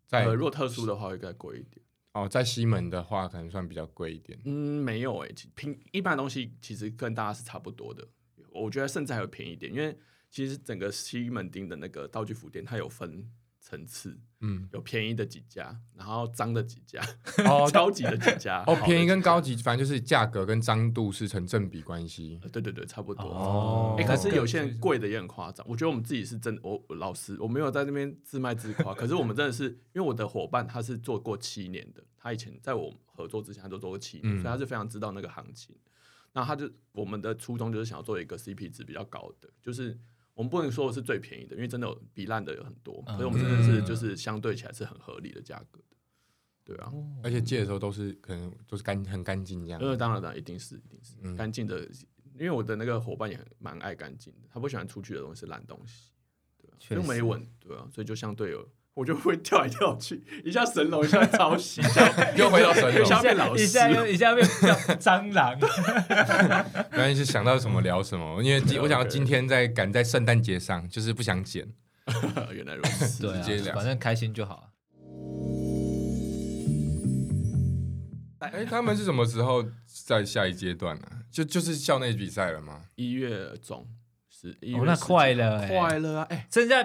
Speaker 1: 在、
Speaker 3: 呃，如果特殊的话会再贵一点。
Speaker 1: 哦，在西门的话，可能算比较贵一点。
Speaker 3: 嗯，没有诶、其平一般的东西其实跟大家是差不多的，我觉得甚至还会便宜一点，因为其实整个西门町的那个道具服店，它有分层次，
Speaker 1: 嗯，
Speaker 3: 有便宜的几家，然后脏的几家，
Speaker 1: 哦
Speaker 3: 高级的几家，
Speaker 1: 哦
Speaker 3: 好，的
Speaker 1: 便宜跟
Speaker 3: 几
Speaker 1: 高级，反正就是价格跟张度是成正比关系
Speaker 3: 呃。对对对，差不多。
Speaker 1: 哦
Speaker 3: 哎、
Speaker 1: 欸
Speaker 3: 可是有些
Speaker 2: 那
Speaker 3: 人
Speaker 2: 个
Speaker 3: 贵的也很夸张。我觉得我们自己是真的，我我老师我没有在那边自卖自夸，可是我们真的是，因为我的伙伴他是做过七年的，他以前在我合作之前他都做过七年，
Speaker 1: 嗯
Speaker 3: 所以他是非常知道那个行情。那他就我们的初衷就是想要做一个 CP 值比较高的，就是我们不能说我是最便宜的，因为真的有比烂的有很多，
Speaker 2: 嗯
Speaker 3: 所以我们真的是就是相对起来是很合理的价格的，对啊。
Speaker 1: 而且借的时候都是可能都是干很干净 这样。
Speaker 3: 呃，当然当然，一定是一定是
Speaker 1: 嗯
Speaker 3: 干净的，因为我的那个伙伴也很蛮爱干净的，他不喜欢出去的东西是烂东西，对啊，
Speaker 2: 确
Speaker 3: 因为没
Speaker 2: 实
Speaker 3: 稳，对啊，所以就相对有，我就会 跳来跳去，一下神龙，一下抄袭，一下
Speaker 1: 又回到神
Speaker 3: 一下
Speaker 1: 龙，
Speaker 3: 变老
Speaker 2: 一
Speaker 3: 师，
Speaker 2: 下又一下变 蟑 螂，
Speaker 1: 原来是想到什么聊什么。因为 今我想要今天在赶在圣诞节上，就是不想剪。
Speaker 3: 原来如此。
Speaker 2: 对
Speaker 1: 直接
Speaker 2: 啊，
Speaker 1: 聊
Speaker 2: 反正开心就好啊。
Speaker 1: 哎，他们是什么时候在下一阶段呢、啊就就是校内比赛了吗？
Speaker 3: 一月中十一月
Speaker 2: 哦那
Speaker 3: 十几
Speaker 2: 快了欸
Speaker 3: 快了啊！哎，
Speaker 2: 剩下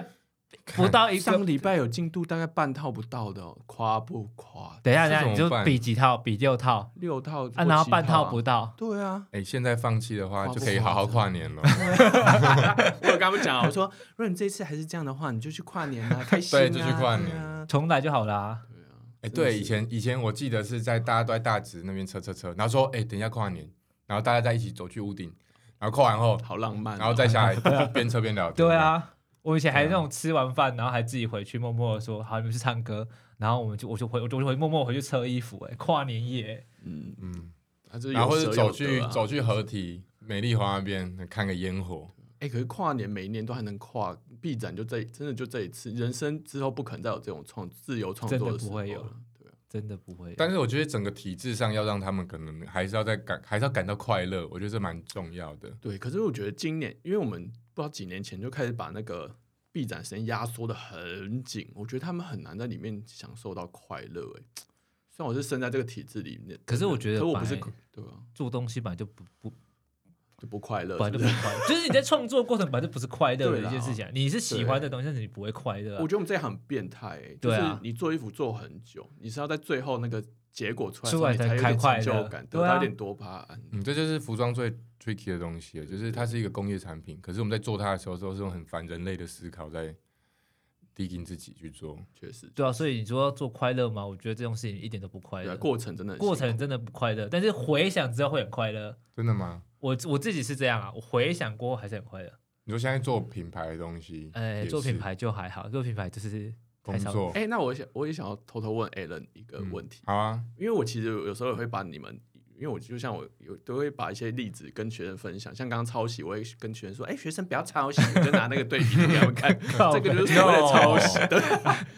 Speaker 2: 不到一
Speaker 3: 上个
Speaker 2: 个，
Speaker 3: 礼拜有进度，大概半套不到的哦，夸不夸？
Speaker 2: 等一下，等一
Speaker 1: 这
Speaker 2: 下，
Speaker 1: 怎么
Speaker 2: 你就
Speaker 1: 办
Speaker 2: 比几套，比六套，
Speaker 3: 六套
Speaker 2: 啊，然后半套不
Speaker 3: 不？
Speaker 2: 到，
Speaker 3: 对啊，
Speaker 1: 哎，现在放弃的话
Speaker 3: 哇
Speaker 1: 就可以好好跨年了。
Speaker 3: 我有跟他们讲啊，我说如果你这次还是这样的话，你就去跨年啊，开心啊，
Speaker 1: 对就去跨年
Speaker 3: 对啊
Speaker 2: 重来就好啦。
Speaker 1: 哎，
Speaker 3: 真的
Speaker 1: 对，
Speaker 3: 是
Speaker 1: 以前以前我记得是在大家都在大直那边车车车，然后说哎，等一下跨年，然后大家在一起走去屋顶，然后跨完后，
Speaker 3: 好浪漫哦，
Speaker 1: 然后再下 来 边车边聊天。
Speaker 2: 对，啊，我以前还那种吃完饭，然后还自己回去默默的说，好，你们去唱歌，然后我们就我就回我就我就回默默回去车衣服，哎，跨年夜，
Speaker 3: 嗯，
Speaker 1: 嗯，
Speaker 3: 他就是有
Speaker 1: 然后或
Speaker 3: 舍
Speaker 1: 者
Speaker 3: 有
Speaker 1: 走
Speaker 3: 得
Speaker 1: 去
Speaker 3: 啊
Speaker 1: 走去合体美丽华那边看个烟火。
Speaker 3: 哎、可是跨年每一年都还能跨，必展就这真的就这一次，人生之后不可能再有这种创自由创
Speaker 2: 真
Speaker 3: 作
Speaker 2: 的
Speaker 3: 的
Speaker 2: 不
Speaker 3: 时候
Speaker 2: 会有
Speaker 3: 了对啊，
Speaker 2: 真的不会。
Speaker 1: 但是我觉得整个体制上要让他们可能还是要再感，还是要感到快乐，我觉得这蛮重要的。
Speaker 3: 对。可是我觉得今年，因为我们不知道几年前就开始把那个必展时间压缩的很紧，我觉得他们很难在里面享受到快乐。哎，虽然我是生在这个体制里面，
Speaker 2: 可是我觉得
Speaker 3: 可我不是
Speaker 2: 本来
Speaker 3: 对啊，
Speaker 2: 做东西本来就不不
Speaker 3: 就不快乐。
Speaker 2: 本来就
Speaker 3: 是不
Speaker 2: 不
Speaker 3: 是
Speaker 2: 快乐，就是你在创作过程本来就不是快乐的一件事情啊。你是喜欢的东西，但是你不会快乐啊
Speaker 3: 我。觉得我们这一行很变态、欸，就
Speaker 2: 对
Speaker 3: 是
Speaker 2: 啊
Speaker 3: 你做衣服做很久，你是要在最后那个结果出来的时
Speaker 2: 出
Speaker 3: 候，
Speaker 2: 来
Speaker 3: 你
Speaker 2: 才
Speaker 3: 才有
Speaker 2: 开
Speaker 3: 点
Speaker 2: 快
Speaker 3: 成
Speaker 2: 乐
Speaker 3: 就感，得
Speaker 2: 对啊
Speaker 3: 到一点多巴胺。
Speaker 1: 嗯，这就是服装最 tricky 的东西了，就是它是一个工业产品，可是我们在做它的时候，都是用很反人类的思考在 digging 自己去做。
Speaker 3: 确实，
Speaker 2: 对啊，所以你说要做快乐吗？我觉得这种事情一点都不快
Speaker 3: 对啊，
Speaker 2: 乐，
Speaker 3: 过程真的很
Speaker 2: 过
Speaker 3: 辛苦
Speaker 2: 程真的不快乐，但是回想之后会很快乐。
Speaker 1: 真的吗？
Speaker 2: 我我自己是这样啊，我回想过后还是很快乐。
Speaker 1: 你说现在做品牌的东西，
Speaker 2: 哎，
Speaker 1: 也
Speaker 2: 做品
Speaker 1: 是
Speaker 2: 牌就还好，做品牌就是
Speaker 1: 工
Speaker 2: 太少
Speaker 1: 作，
Speaker 3: 哎、那我想我也想要偷偷问 Alan 一个问题，
Speaker 1: 好啊，
Speaker 3: 因为我其实有时候也会把你们，因为我就像我有都会把一些例子跟学生分享，像刚刚抄袭，我也跟学生说，哎、学生不要抄袭，我就拿那个对比给他们看，这个就是所谓的抄袭。对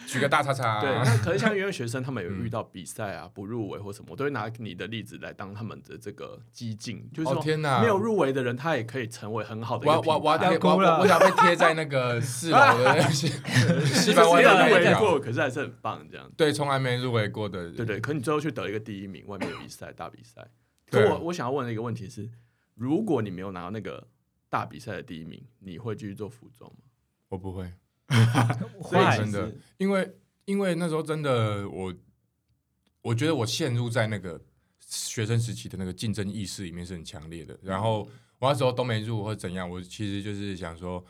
Speaker 1: 举个大叉叉。啊
Speaker 3: 对，那可是像因为学生他们有遇到比赛啊不入围或什么，我都会拿你的例子来当他们的这个激进，就是
Speaker 1: 哦
Speaker 3: 说
Speaker 1: 天哪
Speaker 3: 没有入围的人他也可以成为很好的一
Speaker 1: 我
Speaker 3: 个
Speaker 1: 要我要我要
Speaker 2: 不要
Speaker 1: 贴
Speaker 2: 哭
Speaker 1: 我要
Speaker 2: 了
Speaker 1: 我想被贴在那个四楼的那个 西西
Speaker 3: 虽
Speaker 1: 班牙
Speaker 3: 然
Speaker 1: 的那
Speaker 3: 没有入
Speaker 1: 一
Speaker 3: 围
Speaker 1: 条，
Speaker 3: 过，可是还是很棒这样。
Speaker 1: 对，从来没入围过的人，
Speaker 3: 对对，可你最后去得一个第一名，外面的比赛大比赛。可
Speaker 1: 对啊
Speaker 3: 我我想要问的一个问题是，如果你没有拿到那个大比赛的第一名，你会继续做服装吗？
Speaker 1: 我不会。
Speaker 3: 所以
Speaker 2: 坏
Speaker 3: 其
Speaker 1: 真
Speaker 3: 实
Speaker 1: 的因为因为那时候真的我，我觉得我陷入在那个学生时期的那个竞争意识里面是很强烈的。然
Speaker 3: 嗯
Speaker 1: 后我那时候都没入或怎样，我其实就是想说，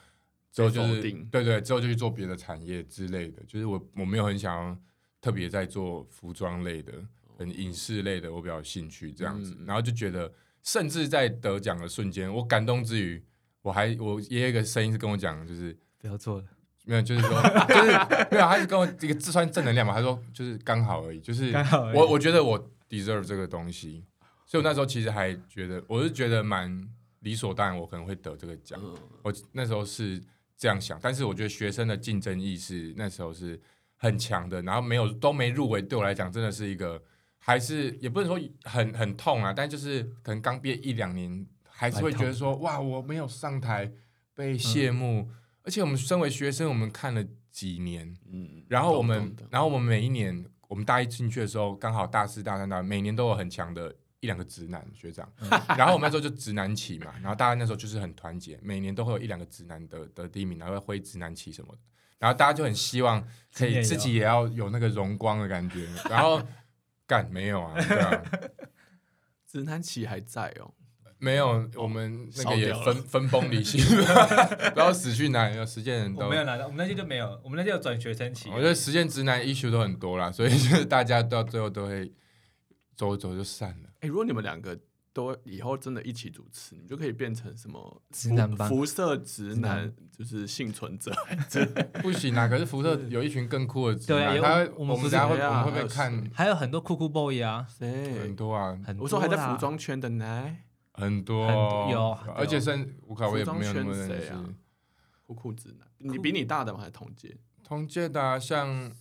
Speaker 1: 之后就
Speaker 3: 被否
Speaker 1: 是
Speaker 3: 定
Speaker 1: 对对，之后就去做别的产业之类的。就是我我没有很想要特别在做服装类的、跟影视类的，我比较有兴趣这样子。
Speaker 3: 嗯嗯
Speaker 1: 然后就觉得，甚至在得奖的瞬间，我感动之余，我还我爷爷一个声音是跟我讲，就是
Speaker 2: 不要做了。
Speaker 1: 没有，就是说， 就是没有，他是跟我一个自算正能量嘛。他说就是刚好而已，就是
Speaker 2: 刚好而已
Speaker 1: 我我觉得我 deserve 这个东西，所以我那时候其实还觉得，我是觉得蛮理所当然，我可能会得这个奖。
Speaker 3: 嗯，
Speaker 1: 我那时候是这样想，但是我觉得学生的竞争意识那时候是很强的，然后没有都没入围，对我来讲真的是一个还是也不能说很很痛啊，但就是可能刚毕业一两年，还是会觉得说哇，我没有上台被谢幕，而且我们身为学生，我们看了几年，
Speaker 3: 嗯
Speaker 1: 然后我
Speaker 3: 懂
Speaker 1: 们
Speaker 3: 懂懂，
Speaker 1: 然后我们每一年，我们大一进去的时候，刚好大四、大三、大四每年都有很强的一两个直男学长。
Speaker 3: 嗯
Speaker 1: 然后我们那时候就直男旗嘛，然后大家那时候就是很团结，每年都会有一两个直男得得第一名，然后会挥直男旗什么的。然后大家就很希望可以自
Speaker 2: 今年有
Speaker 1: 己也要有那个荣光的 感觉。然后干没有啊，对啊，
Speaker 3: 直男旗还在哦，
Speaker 1: 没有，我们那
Speaker 3: 烧
Speaker 1: 个也
Speaker 3: 掉了
Speaker 1: 分分崩离 析，不知道死去哪里了，实践人
Speaker 2: 我
Speaker 1: 都
Speaker 2: 没有拿到，我们那些就没有，我们那些有转学生期。
Speaker 1: 我觉得实践直男 issue 都很多啦， 所以就是大家到最后都会走一走就散了。
Speaker 3: 哎，如果你们两个都以后真的一起主持，你们就可以变成什么
Speaker 2: 直男帮
Speaker 3: 辐射直
Speaker 2: 直
Speaker 3: 男
Speaker 2: 男，
Speaker 3: 就是幸存者，
Speaker 1: 不行啊，可是福特有一群更酷的直
Speaker 2: 对啊
Speaker 1: 男，
Speaker 2: 有
Speaker 1: 他
Speaker 2: 我
Speaker 1: 我
Speaker 2: 们
Speaker 1: 们等
Speaker 2: 不是
Speaker 1: 下会
Speaker 3: 谁啊
Speaker 1: 我们会
Speaker 3: 还有
Speaker 1: 被看
Speaker 2: 还有很多酷酷 boy 啊，
Speaker 1: 很
Speaker 3: 谁？
Speaker 1: 多啊，
Speaker 2: 很多
Speaker 3: 我说还在
Speaker 2: 啦
Speaker 3: 服装圈的奶，
Speaker 1: 很
Speaker 2: 很
Speaker 1: 多
Speaker 2: 多有啊
Speaker 1: 而且甚我靠，我也没有那么
Speaker 3: 服装圈
Speaker 1: 认
Speaker 3: 谁
Speaker 1: 识
Speaker 3: 啊酷酷直男，你比你大的吗？还是同届？
Speaker 1: 同届的、啊、像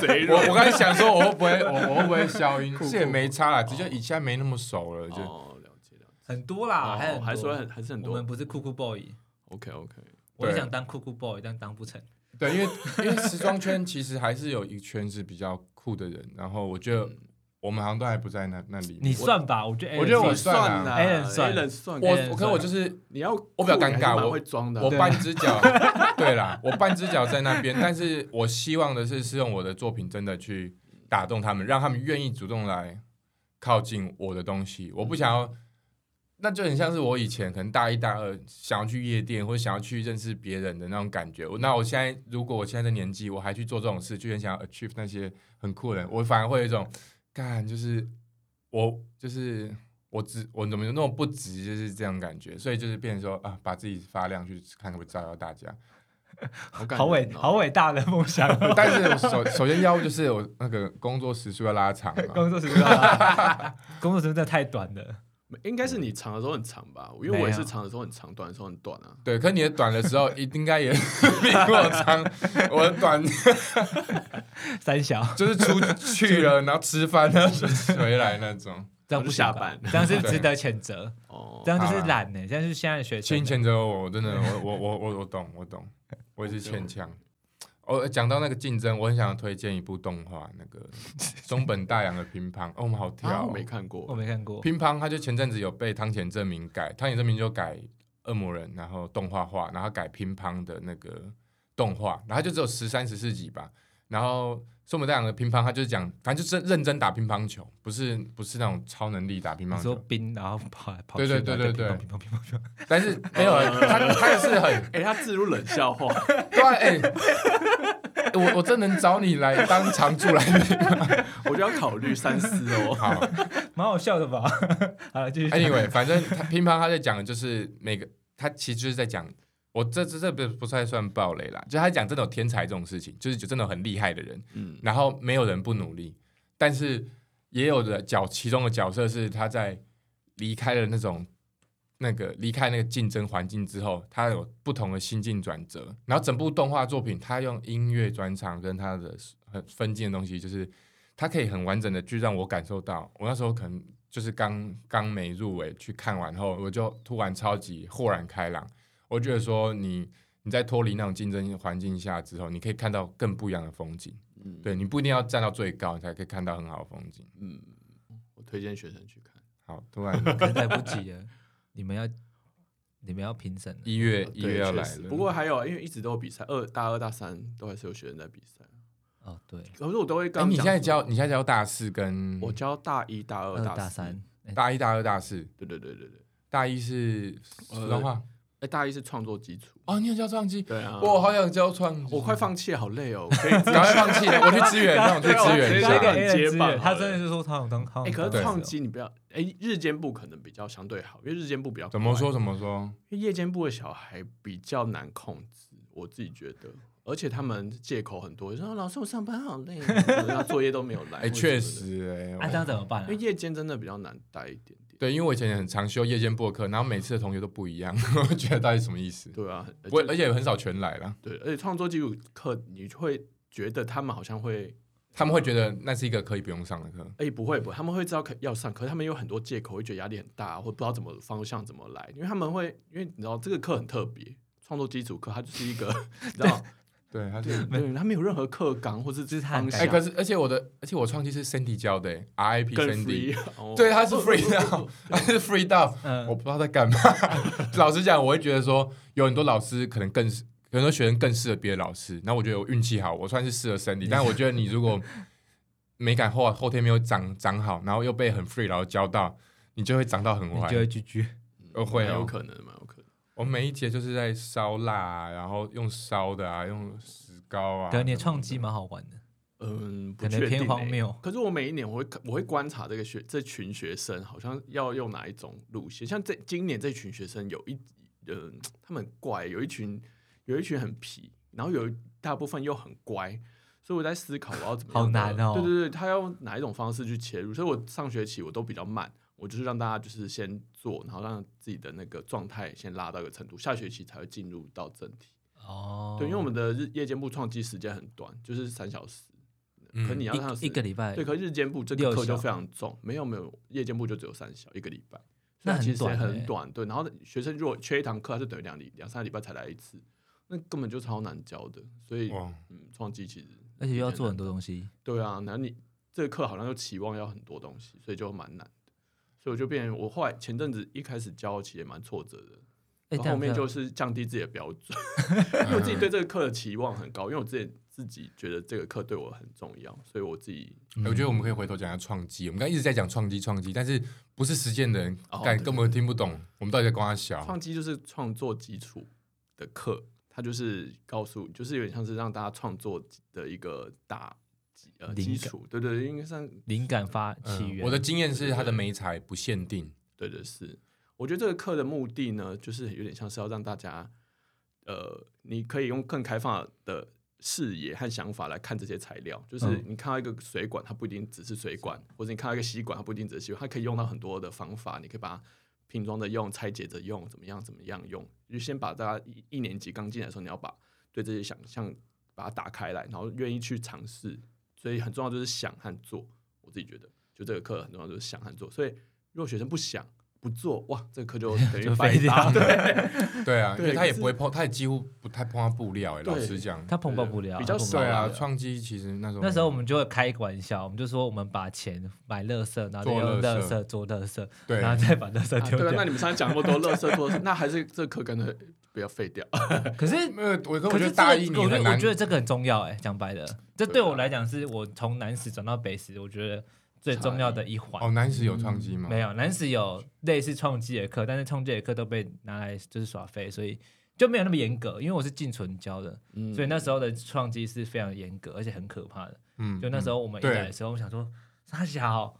Speaker 3: 贼
Speaker 1: 我
Speaker 3: 弱。
Speaker 1: 我刚才想说，我会不会我我会不会消音？这也没差啦，只是
Speaker 2: 哦
Speaker 1: 以前没那么熟了，就
Speaker 3: 哦，了解了解。
Speaker 2: 很多啦，啊还
Speaker 3: 哦
Speaker 2: 很
Speaker 3: 还
Speaker 2: 多
Speaker 3: 说很还是很
Speaker 2: 我
Speaker 3: 多
Speaker 2: 们。不是酷酷 boy，
Speaker 3: OK OK，
Speaker 2: 我很
Speaker 1: 对
Speaker 2: 想当酷酷 boy，但当不成。
Speaker 1: 对，因为因为时装圈其实还是有一圈是比较酷的人，然后我觉得我们好像都还不在那那里
Speaker 2: 嗯你
Speaker 1: 面。
Speaker 2: 算吧，我觉得哎
Speaker 1: 我觉得我
Speaker 3: 你
Speaker 1: 算啊
Speaker 3: 啦
Speaker 2: Alan 算
Speaker 3: Alan 算，哎
Speaker 1: 我
Speaker 2: Alan
Speaker 1: 我可是我就是
Speaker 3: 你要
Speaker 1: 我比较
Speaker 3: 酷你还是
Speaker 1: 尴尬
Speaker 3: 蛮
Speaker 1: 我
Speaker 3: 会装的啊。
Speaker 1: 我半只脚，对啦，我半只脚在那边，但是我希望的是是用我的作品真的去打动他们，让他们愿意主动来靠近我的东西。我不想要，那就很像是我以前可能大一大二想要去夜店或者想要去认识别人的那种感觉。我那我现在如果我现在的年纪我还去做这种事，就很想要 achieve 那些很酷的人，我反而会有一种干就是我就是。我只我怎么有那种不值就是这样感觉，所以就是变成说啊，把自己发亮去看可不可以照耀大 家。
Speaker 3: 好感人哦
Speaker 2: 好
Speaker 1: 嗯
Speaker 2: 伟好伟大的梦 想哦，
Speaker 1: 但是我首首先要务就是我那个工作时数要拉长 嘛，
Speaker 2: 工作时间啊，工作时间真的太短了。
Speaker 3: 应该是你长的时候很长吧？
Speaker 2: 没
Speaker 3: 因为
Speaker 2: 有
Speaker 3: 我也是长的时候很长，短的时候很短啊。
Speaker 1: 对。可你的短的时候，一应该也 比我长，我的短
Speaker 2: 三小
Speaker 1: 就是 出去了，然后吃饭，然后回来那种。
Speaker 2: 这样不行吧
Speaker 3: 下班
Speaker 2: 这样是值得谴责，
Speaker 3: 哦
Speaker 2: 这，样就是懒呢，这样就是现在的学
Speaker 1: 欠
Speaker 2: 生。
Speaker 1: 钱责我，我真的，我我我我我懂，我懂，我也是欠呛。哦，讲到那个竞争，我很想推荐一部动画，那个 中本大洋的乒乓，哦，我们好
Speaker 3: 啊
Speaker 1: 跳、
Speaker 3: 我
Speaker 1: 哦
Speaker 3: 没。看过
Speaker 2: 我。没看过，
Speaker 1: 乒乓，他就前阵子有被汤浅证明改，汤浅证明就改恶魔人，然后动画化，然后改乒乓的那个动画，然后就只有十三十四集吧。然后宋本大洋的乒乓，他就是讲，反正就是认真打乒乓球，不是不是那种超能力打乒
Speaker 2: 你
Speaker 1: 乓
Speaker 2: 说
Speaker 1: 球，
Speaker 2: 冰，然后跑来跑去，
Speaker 1: 对对对对对
Speaker 2: 乒乓乒乓乒乓乒乓
Speaker 1: 但是没 有他他也是很
Speaker 3: 哎，他自入冷笑话，
Speaker 1: 对啊哎、我我真能找你来当常驻来宾。
Speaker 3: 我就要考虑三思 哦。
Speaker 1: 好，
Speaker 2: 蛮好笑的吧？好了，继续。
Speaker 1: Anyway，反正他乒乓他在讲的就是每个，他其实就是在讲我这这这不不太算暴雷啦，就他讲真的有天才这种事情，就是就真的有很厉害的人，
Speaker 3: 嗯，
Speaker 1: 然后没有人不努力，但是也有的角其中的角色是他在离开了那种那个离开那个竞争环境之后，他有不同的心境转折，然后整部动画作品他用音乐转场跟他的很分镜的东西，就是他可以很完整的去让我感受到，我那时候可能就是刚刚没入围去看完后，我就突然超级豁然开朗，我觉得说你。你在脱离那种竞争环境下之后，你可以看到更不一样的风景。
Speaker 3: 嗯
Speaker 1: 对你不一定要站到最高，你才可以看到很好的风景。
Speaker 3: 嗯，我推荐学生去看。
Speaker 1: 好，突 然
Speaker 2: 可是来不及了，你们要你们要评审了，
Speaker 1: 一月
Speaker 3: 哦对
Speaker 1: 一月要
Speaker 3: 确
Speaker 1: 来
Speaker 3: 实
Speaker 1: 了，
Speaker 3: 不过还有，因为一直都有比赛，二大二大三都还是有学生在比赛。
Speaker 2: 哦，对，
Speaker 3: 可是我都会
Speaker 1: 哎，
Speaker 3: 刚。
Speaker 1: 你现在教你现在教大四跟
Speaker 3: 我教大一、大二、
Speaker 2: 二
Speaker 3: 大
Speaker 2: 大
Speaker 3: 四
Speaker 2: 三，，哎
Speaker 1: 大一大二大四，
Speaker 3: 对对对对对。
Speaker 1: 大一是
Speaker 3: 呃
Speaker 1: 时装画
Speaker 3: 哎，大一是创作基础。
Speaker 1: 哦，你有教创技，
Speaker 3: 对呃啊，
Speaker 1: 我好想教创技，
Speaker 3: 我快放弃了，好累哦。可以自己
Speaker 1: 赶快放弃了，我去支 援，让我去支援一
Speaker 3: 对啊
Speaker 2: 刚刚给
Speaker 3: 我直
Speaker 1: 下。
Speaker 2: A 人
Speaker 3: 接接
Speaker 2: 支
Speaker 3: 棒
Speaker 2: 援，
Speaker 3: 好
Speaker 2: 他
Speaker 3: 了
Speaker 2: 真的是说他想当他
Speaker 3: 哎、
Speaker 2: 想
Speaker 3: 可
Speaker 2: 当
Speaker 3: 是
Speaker 1: 对
Speaker 3: 创
Speaker 2: 机
Speaker 3: 基你比较，哎、日间部可能比较相对好，因为日间部比较
Speaker 1: 怎么
Speaker 3: 乖
Speaker 1: 说？怎么说？
Speaker 3: 因为夜间部的小孩比较难控制，我自己觉得，而且他们借口很多，说、啊老师我上班好累、啊，然后作业都没有来。
Speaker 1: 哎，确，实
Speaker 2: 啊，这
Speaker 1: 哎
Speaker 2: 样，怎么办
Speaker 3: 因
Speaker 2: 啊
Speaker 3: 为？夜间真的比较难待一点点。
Speaker 1: 对，因为我以前也很常修夜间播课，然后每次的同学都不一样， 我觉得到底什么意思？
Speaker 3: 对啊，而
Speaker 1: 我
Speaker 3: 且
Speaker 1: 而且很少全来了，
Speaker 3: 对，而且创作基础课你会觉得他们好像会，
Speaker 1: 他们会觉得那是一个可以不用上的课。
Speaker 3: 哎、不会不会，他们会知道可要上，可是他们有很多借口，会觉得压力很大，或不知道怎么方向怎么来，因为他们会，因为你知道这个课很特别。创作基础课，它就是一个， 你知道，
Speaker 1: 对，他是
Speaker 3: 对，它没有任何课纲或是
Speaker 2: 就是它
Speaker 3: 方
Speaker 2: 很
Speaker 3: 向
Speaker 1: 哎、。可是而且我的，而且我创技是 Cindy 教的、r 欸 i p
Speaker 3: 更
Speaker 1: Cindy，
Speaker 3: free，哦
Speaker 1: 哎对，他是 free 到，他是 free 到，
Speaker 2: 嗯
Speaker 1: 我不知道在干嘛。 老实讲，我会觉得说，有很多老师可能更适，有很多学生更适合别的老师。那我觉得我运气好，我算是适合 Cindy，但我觉得你如果美感后后天没有长长好，然后又被很 free 然后教到，你就会长到很
Speaker 2: 你
Speaker 1: 歪
Speaker 2: 就。会 GG，
Speaker 1: 呃会
Speaker 3: 蛮
Speaker 1: 哦
Speaker 3: 有可能，蛮有可能。
Speaker 1: 我每一节就是在烧蜡、啊，然后用烧的啊，用石膏啊。
Speaker 2: 可能你的创机蛮好玩的，
Speaker 3: 嗯，不
Speaker 2: 可能
Speaker 3: 确定
Speaker 2: 偏荒
Speaker 3: 欸
Speaker 2: 谬
Speaker 3: 可是我每一年我会看我会观察这个学这群学生，好像要用哪一种路线。像这今年这群学生有一嗯，他们很怪，有一群有一群很皮，然后有一大部分又很乖。所以我在思考我要怎么
Speaker 2: 好
Speaker 3: 样的
Speaker 2: 难哦
Speaker 3: 对对对，他要用哪一种方式去切入？所以我上学期我都比较慢，我就是让大家就是先做，然后让自己的那个状态先拉到一个程度，下学期才会进入到正题。
Speaker 2: 哦，
Speaker 3: 对，因为我们的日夜间部创机时间很短，就是三小时，
Speaker 1: 嗯
Speaker 3: 可你要上
Speaker 2: 一一个礼拜，
Speaker 3: 对，可是日间部这
Speaker 2: 哎六
Speaker 3: 个课就
Speaker 2: 小
Speaker 3: 非常重，没有没有，夜间部就只有三小一个礼拜，
Speaker 2: 那
Speaker 3: 所
Speaker 2: 很
Speaker 3: 以其实
Speaker 2: 短欸
Speaker 3: 很短。对，然后学生如果缺一堂课，他就等于两礼两三礼拜才来一次，那根本就超难教的。所以，
Speaker 1: 哇，
Speaker 3: 嗯，创基其实
Speaker 2: 而且又要
Speaker 3: 有点
Speaker 2: 做很
Speaker 3: 难
Speaker 2: 多东西，
Speaker 3: 对啊，然后你这个课好像又期望要很多东西，所以就蛮难的。所以我就变，我后来前阵子一开始教，其实也蛮挫折的。
Speaker 2: 哎，
Speaker 3: 然
Speaker 2: 这
Speaker 3: 后后
Speaker 2: 样
Speaker 3: 面
Speaker 2: 子
Speaker 3: 就是降低自己的标准，因为我自己对这个课的期望很高，因为我自己自己觉得这个课对我很重要，所以我自己
Speaker 2: 嗯
Speaker 1: 哎我觉得我们可以回头讲一下创机。我们刚才一直在讲创机，创机，但是不是实践的人
Speaker 3: 哦
Speaker 1: 干
Speaker 3: 对
Speaker 1: 根本听不懂，我们到底在光他小
Speaker 3: 创基就是创作基础的课，它就是告诉，就是有点像是让大家创作的一个大基呃
Speaker 2: 灵
Speaker 3: 基
Speaker 2: 感
Speaker 3: 础，对对，应该算
Speaker 2: 灵感发
Speaker 1: 嗯
Speaker 2: 起源。
Speaker 1: 我的经验是，它的美彩不限定，
Speaker 3: 对的是。我觉得这个课的目的呢，就是有点像是要让大家，呃，你可以用更开放的视野和想法来看这些材料。就是
Speaker 1: 嗯
Speaker 3: 你看到一个水管，它不一定只是水管，或者你看到一个吸管，它不一定只是吸管，它可以用到很多的方法。你可以把它拼装着用、拆解着用，怎么样怎么样用。就先把大家一一年级刚进来的时候，你要把对这些想象把它打开来，然后愿意去尝试。所以很重要就是想和做。我自己觉得，就这个课很重要就是想和做。所以如果学生不想不做，哇，这个课就等于
Speaker 2: 就
Speaker 3: 白
Speaker 2: 废掉
Speaker 3: 搭。
Speaker 2: 了
Speaker 3: 对，
Speaker 1: 对啊，因
Speaker 3: 对
Speaker 1: 为他也
Speaker 3: 可是
Speaker 1: 不会碰，他也几乎不太碰到布料。哎，
Speaker 3: 对
Speaker 1: 老实讲，
Speaker 2: 他碰爆不了，
Speaker 3: 比
Speaker 2: 他
Speaker 3: 较
Speaker 2: 碰
Speaker 3: 少
Speaker 2: 爆
Speaker 1: 对
Speaker 2: 不了
Speaker 1: 啊，
Speaker 3: 了
Speaker 1: 创机其实那时候
Speaker 2: 那时候我们就会开个玩笑，我们就说我们把钱买乐色，然后再
Speaker 1: 做
Speaker 2: 用
Speaker 1: 垃
Speaker 2: 乐
Speaker 1: 圾
Speaker 2: 色做乐色，
Speaker 1: 对
Speaker 2: 然后再把乐色
Speaker 3: 啊
Speaker 2: 丢
Speaker 3: 对啊，
Speaker 2: 掉
Speaker 3: 那。你们上次讲那么 多乐色多，那还是这个课干脆不要废掉。
Speaker 2: 可是
Speaker 1: 没有，我跟我
Speaker 2: 可
Speaker 1: 觉
Speaker 2: 是
Speaker 1: 得
Speaker 2: 这
Speaker 1: 大
Speaker 2: 个
Speaker 1: 一你
Speaker 2: 我
Speaker 1: 很
Speaker 2: 觉得我
Speaker 1: 难
Speaker 2: 觉得这个很重要哎，讲白了，这
Speaker 3: 对
Speaker 2: 对
Speaker 3: 啊
Speaker 2: 我来讲是我从南史转到北史，我觉得最重要的一
Speaker 1: 哦，
Speaker 2: 环。
Speaker 1: 南石有创机吗？
Speaker 2: 嗯没有南史有类似创基的课，但是创基的课都被拿来就是耍废，所以就没有那么严格。因为我是进存教的，
Speaker 3: 嗯
Speaker 2: 所以那时候的创基是非常严格，而且很可怕的。
Speaker 1: 嗯，
Speaker 2: 就那时候我们一
Speaker 1: 对
Speaker 2: 来的时候，我们想说，傻小，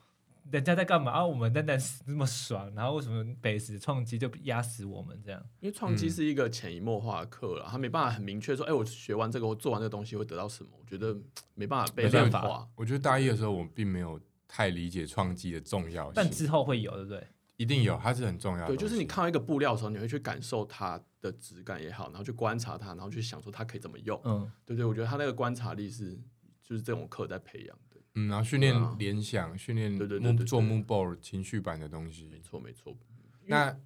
Speaker 2: 人家在干嘛？啊，我们单单那么爽，然后为什么北石创基就压死我们这样？
Speaker 3: 因为创
Speaker 2: 嗯
Speaker 3: 基是一个潜移默化的课了，他没办法很明确说，哎、我学完这个，我做完这个东西会得到什么？我觉得嗯没办法被
Speaker 1: 没办
Speaker 3: 量
Speaker 2: 法
Speaker 3: 化。
Speaker 1: 我觉得大一的时候我并没有太理解创机的重要
Speaker 2: 但
Speaker 1: 性，
Speaker 2: 之后会有，对不对？
Speaker 1: 一定有，它是很重要的
Speaker 3: 对，
Speaker 1: 东
Speaker 2: 啊
Speaker 1: 西。
Speaker 3: 就是你看到一个布料的时候，你会去感受它的质感也好，然后去观察它，然后去想说它可以怎么用，
Speaker 2: 嗯，
Speaker 3: 对不对？我觉得他那个观察力是，就是这种课在培养的。
Speaker 1: 嗯，然后训练
Speaker 3: 对啊
Speaker 1: 联想，训练
Speaker 3: 对对对
Speaker 1: moon-
Speaker 3: 对
Speaker 1: 做
Speaker 3: 对
Speaker 1: moon board 情绪版的东
Speaker 3: 没
Speaker 1: 西。
Speaker 3: 错，没错。
Speaker 1: 那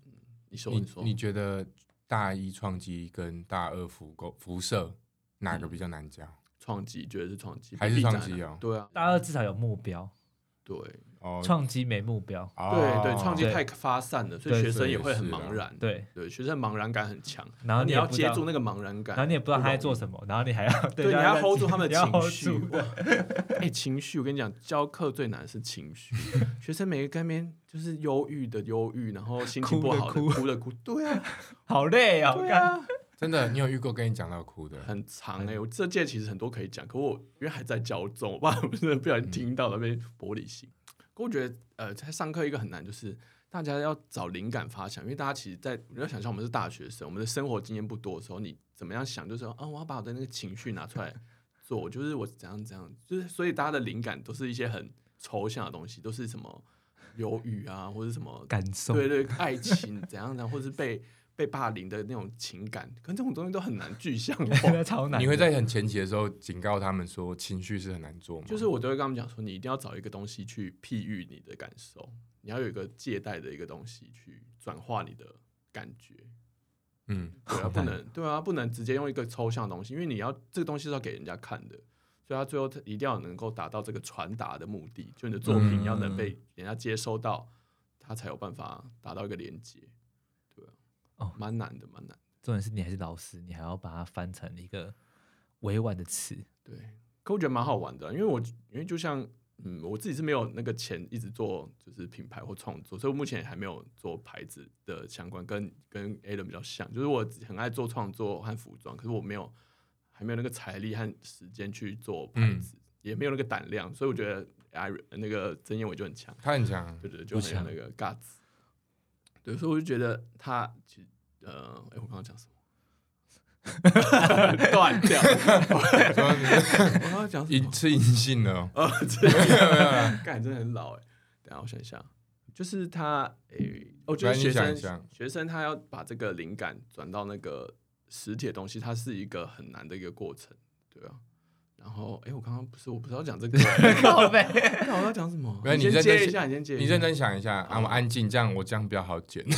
Speaker 3: 你说，
Speaker 1: 你
Speaker 3: 你说，
Speaker 1: 你觉得大一创机跟大二辐构辐射哪个比较难教？
Speaker 3: 创基觉得是创基，
Speaker 1: 还是
Speaker 3: 必然
Speaker 1: 创基
Speaker 3: 啊
Speaker 1: 哦
Speaker 3: 对啊，
Speaker 2: 大二至少有目标，
Speaker 3: 对
Speaker 1: 哦，
Speaker 2: 创基没目标，
Speaker 1: 哦
Speaker 3: 对对，创基
Speaker 2: 对
Speaker 3: 太发散了，所
Speaker 2: 对
Speaker 3: 以学生
Speaker 1: 对
Speaker 3: 也会很
Speaker 1: 是啊
Speaker 3: 茫然。
Speaker 2: 对，
Speaker 3: 对，学生茫然感很强，
Speaker 2: 然后
Speaker 3: 哦你
Speaker 2: 你
Speaker 3: 要
Speaker 2: 也不知道
Speaker 3: 接住那个茫然感，
Speaker 2: 然后你也不知道他在做
Speaker 3: 么。
Speaker 2: 什么，然后你还要
Speaker 3: 对，你还要 hold 住他们的情绪。
Speaker 2: 你要 hold 住
Speaker 3: 哇哎、情绪，我跟你讲，教课最难的是情绪。学生每个跟边就是忧郁的忧郁，然后心情
Speaker 2: 哭
Speaker 3: 不
Speaker 2: 的
Speaker 3: 好的
Speaker 2: 哭
Speaker 3: 哭的哭，对啊，
Speaker 2: 好累哦，
Speaker 3: 对
Speaker 2: 干
Speaker 3: 啊，
Speaker 1: 真的，你有遇过跟你讲到哭的？
Speaker 3: 很长哎、我这届其实很多可以讲，可我因为还在教中，我 爸真的不小心听到那边玻璃心。可我觉得，呃，在上课一个很难就是。大家要找灵感发想，因为大家其实在，你要想象我们是大学生，我们的生活经验不多的时候，你怎么样想，就是说，啊，我要把我的那个情绪拿出来做，就是我怎样怎样，就是所以大家的灵感都是一些很抽象的东西，都是什么忧郁啊， 或者什么
Speaker 2: 感受，
Speaker 3: 对对，爱情怎样怎样，或是被被霸凌的那种情感，可能这种东西都很难具象 化。
Speaker 2: 超难的。
Speaker 1: 你会在很前期的时候警告他们说情绪是很难做吗？
Speaker 3: 就是我都会跟他们讲说，你一定要找一个东西去譬喻你的感受，你要有一个借贷的一个东西去转化你的感觉。
Speaker 1: 嗯，
Speaker 3: 对啊，
Speaker 2: 好
Speaker 3: 不
Speaker 2: 难
Speaker 3: 能对啊，不能直接用一个抽象的东西，因为你要这个东西是要给人家看的，所以他最后一定要能够达到这个传达的目的，就你的作
Speaker 2: 嗯
Speaker 3: 品要能被人家接收到，他才有办法达到一个连接。对啊，
Speaker 2: 哦
Speaker 3: 蛮难的，蛮难的。
Speaker 2: 重点是你还是老师，你还要把它翻成一个委婉的词，
Speaker 3: 对，可我觉得蛮好玩的啊，因为我因为就像嗯，我自己是没有那个钱一直做就是品牌或创作，所以我目前还没有做牌子的相关，跟跟 a l a n 比较像，就是我很爱做创作和服装，可是我没有还没有那个财力和时间去做牌
Speaker 1: 嗯
Speaker 3: 子，也没有那个胆量，所以我觉得 I 那个曾彦伟就很强，
Speaker 1: 他很强，
Speaker 3: 对对，就很有那个 guts。对，所以我就觉得他其实呃，哎、我刚刚讲什 么？断掉！
Speaker 1: 说你
Speaker 3: 我刚刚讲什么
Speaker 1: 隐？是隐性的哦，
Speaker 3: 哦，这个干真的很老哎。等一下我想一下，就是他诶，我觉得哦
Speaker 1: 来你
Speaker 3: 学
Speaker 1: 想一
Speaker 3: 生
Speaker 1: 想
Speaker 3: 学生他要把这个灵感转到那个实体的东西，它是一个很难的一个过程，对啊。然后，哎，我刚刚不是我不是要讲 这个，
Speaker 2: 靠背，
Speaker 3: 那我要讲什么？
Speaker 1: 没有
Speaker 3: 你
Speaker 1: 你
Speaker 3: 先
Speaker 1: 认真
Speaker 3: 接一
Speaker 1: 想
Speaker 3: 下，你先接一下，
Speaker 1: 你认真想一下，
Speaker 3: 嗯
Speaker 1: 啊，我安静，这样我这样比较好剪。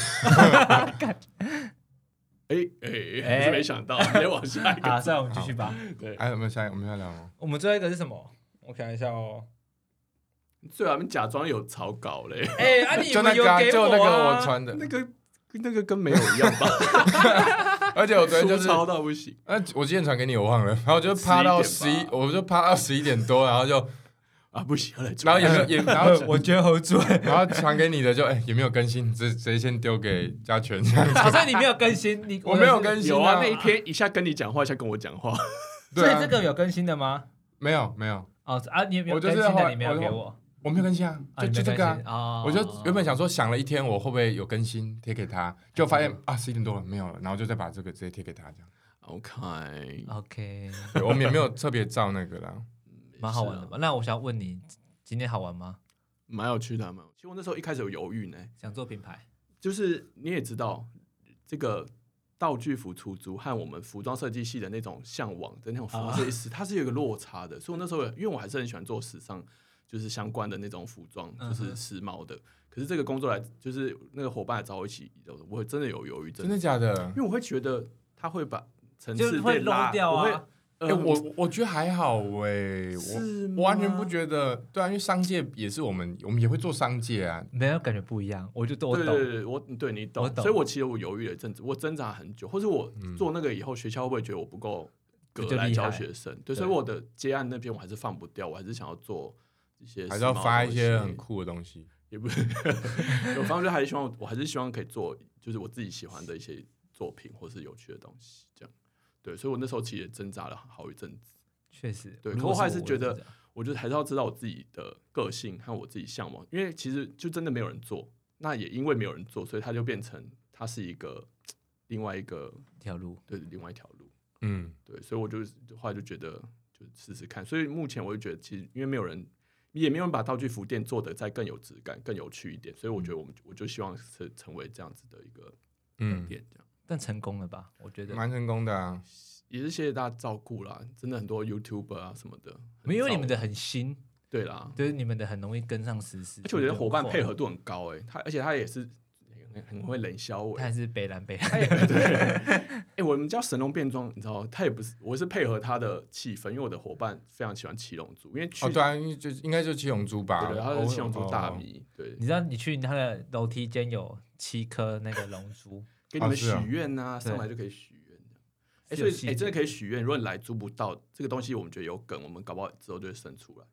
Speaker 3: 哎哎哎，还是没想到，先往下一
Speaker 2: 好，
Speaker 3: 个。
Speaker 2: 算了，我们继续吧。
Speaker 3: 对，
Speaker 1: 还有没有啊下一？我们要聊吗？
Speaker 2: 我们最后一个是什么？我想一下哦。
Speaker 3: 最好你假装有草稿嘞，
Speaker 2: 哎，啊，你
Speaker 1: 就那
Speaker 2: 们有
Speaker 1: 个啊，
Speaker 2: 给
Speaker 1: 就那个
Speaker 2: 我
Speaker 1: 我
Speaker 2: 啊？
Speaker 1: 穿的，
Speaker 3: 那个那个跟没有一样吧，
Speaker 1: 而且我昨天
Speaker 3: 粗
Speaker 1: 就是，
Speaker 3: 糙到不行。
Speaker 1: 呃，我今天传给你，我忘了，然后我就趴到十
Speaker 3: 11
Speaker 1: 一
Speaker 3: 点，吧
Speaker 1: 我就趴到十一点多，然后 就，
Speaker 3: 啊，不行了，就
Speaker 1: 然后也没有 也，然后
Speaker 2: 呃我觉得 hold 住。
Speaker 1: 然后传给你的就，哎，也没有更新，直直接先丢给嘉全这样子。
Speaker 2: 好像你没有更新，你
Speaker 1: 我没有更新
Speaker 3: 有啊，那一天一下跟你讲话，一下跟我讲话，
Speaker 2: 所
Speaker 1: 对
Speaker 2: 以
Speaker 1: 啊
Speaker 2: 这个有更新的吗？
Speaker 1: 没有没有，
Speaker 2: 哦啊，你有没有
Speaker 1: 我就
Speaker 2: 更
Speaker 1: 是
Speaker 2: 新
Speaker 1: 后
Speaker 2: 的？
Speaker 1: 来
Speaker 2: 你没有
Speaker 1: 我就
Speaker 2: 给我，
Speaker 1: 我没有更新啊，
Speaker 2: 啊
Speaker 1: 就
Speaker 2: 你没
Speaker 1: 就
Speaker 2: 有
Speaker 1: 这
Speaker 2: 更
Speaker 1: 个啊
Speaker 2: 新。哦
Speaker 1: 我就原本想说想了一天，我会不会有更新贴给他，就发
Speaker 2: 嗯
Speaker 1: 现啊十一点多了没有了，然后就再把这个直接贴给他这样。
Speaker 3: OK，
Speaker 2: OK，
Speaker 1: 对我们也没有特别照那个啦，
Speaker 2: 蛮好玩的
Speaker 3: 是啊
Speaker 2: 吧？那我想问你，今天好玩吗？
Speaker 3: 蛮有趣的啊，蛮有趣。其实我那时候一开始有犹豫呢，
Speaker 2: 想做品牌，
Speaker 3: 就是你也知道，这个道具服出租和我们服装设计系的那种向往的那种服装设计
Speaker 2: 啊
Speaker 3: 师，它是有一个落差的。所以我那时候有，因为我还是很喜欢做时尚，就是相关的那种服装，就
Speaker 2: 嗯
Speaker 3: 是
Speaker 2: 哼
Speaker 3: 时髦的。可是这个工作来，就是那个伙伴来找我一起，我真的有犹豫症
Speaker 1: 真，的假的
Speaker 3: 因？为我会觉得他会把层
Speaker 2: 就
Speaker 3: 次
Speaker 2: 是会
Speaker 3: 被拉
Speaker 2: 漏掉
Speaker 3: 我会
Speaker 2: 啊。
Speaker 1: 哎、
Speaker 3: 呃
Speaker 1: 我我觉得还好哎、我
Speaker 3: 是啊
Speaker 1: 我完全
Speaker 3: 吗
Speaker 1: 不觉得，对啊，因为商界也是我们，我们也会做商界啊，
Speaker 2: 没有感觉不一样，我就我
Speaker 3: 对
Speaker 2: 懂
Speaker 3: 对，对，我嗯对你懂，
Speaker 2: 我懂
Speaker 3: 所以我其实我犹豫了一阵子，我挣扎很久，或者我做那个以后，学校会不会觉得我不够格
Speaker 2: 比较
Speaker 3: 来
Speaker 2: 厉害
Speaker 3: 教学生？对，所以我的接案那边我还是放不掉，我还是想要做一些，
Speaker 1: 还是要发一些很，酷的东西。
Speaker 3: 也不是， 我方就还是希望，我还是希望可以做，就是我自己喜欢的一些作品或是有趣的东西，这样。对，所以我那时候其实也挣扎了好一阵子。
Speaker 2: 确实。
Speaker 3: 对
Speaker 2: 如
Speaker 3: 可
Speaker 2: 果
Speaker 3: 我还
Speaker 2: 是
Speaker 3: 是
Speaker 2: 我
Speaker 3: 觉
Speaker 2: 也
Speaker 3: 得
Speaker 2: 这样
Speaker 3: 我觉得还是要知道我自己的个性和我自己向往，因为其实就真的没有人做，那也因为没有人做，所以它就变成它是一个另外一个
Speaker 2: 一条路，
Speaker 3: 对另外一条路，
Speaker 1: 嗯，
Speaker 3: 对，所以我就是后来就觉得就试试看，所以目前我就觉得其实因为没有人也没有人把道具服店做的再更有质感、更有趣一点，所以我觉得我们我就希望是成为这样子的一个
Speaker 1: 嗯
Speaker 3: 店，这样
Speaker 2: 但成功了吧？我觉得
Speaker 1: 蛮成功的啊。
Speaker 3: 也是谢谢大家照顾啦，真的很多 YouTuber 啊什么的，
Speaker 2: 没有因为
Speaker 3: 很
Speaker 2: 你们的
Speaker 3: 照
Speaker 2: 很新，
Speaker 3: 顾对啦，
Speaker 2: 就是你们的很容易跟上时事，
Speaker 3: 而且我觉得伙伴配
Speaker 2: 合。
Speaker 3: 合度很高哎、他而且他也是很很会冷笑我
Speaker 2: 他
Speaker 3: 哎、
Speaker 2: 还是北蓝北
Speaker 3: 他
Speaker 2: 蓝，
Speaker 3: 也对，哎，我们叫神龙变装，你知道，他也不是，我是配合他的气氛，因为我的伙伴非常喜欢七龙珠，因为去、
Speaker 1: 哦，对啊啊，因为就是应该就是七龙珠吧，哦
Speaker 3: 对对他是七龙珠大
Speaker 1: 米。
Speaker 3: 迷，对，
Speaker 2: 你知道你去他的楼梯间有七颗那个龙珠，
Speaker 3: 给你们许
Speaker 1: 是啊
Speaker 3: 愿呐，
Speaker 2: 对
Speaker 3: 上来就可以许愿的，
Speaker 2: 是
Speaker 3: 哎，所
Speaker 2: 有
Speaker 3: 以
Speaker 2: 细
Speaker 3: 哎，真
Speaker 2: 节
Speaker 3: 的可以许愿，如果你来租不到这个东西，我们觉得有梗，我们搞不好之后就会生出来。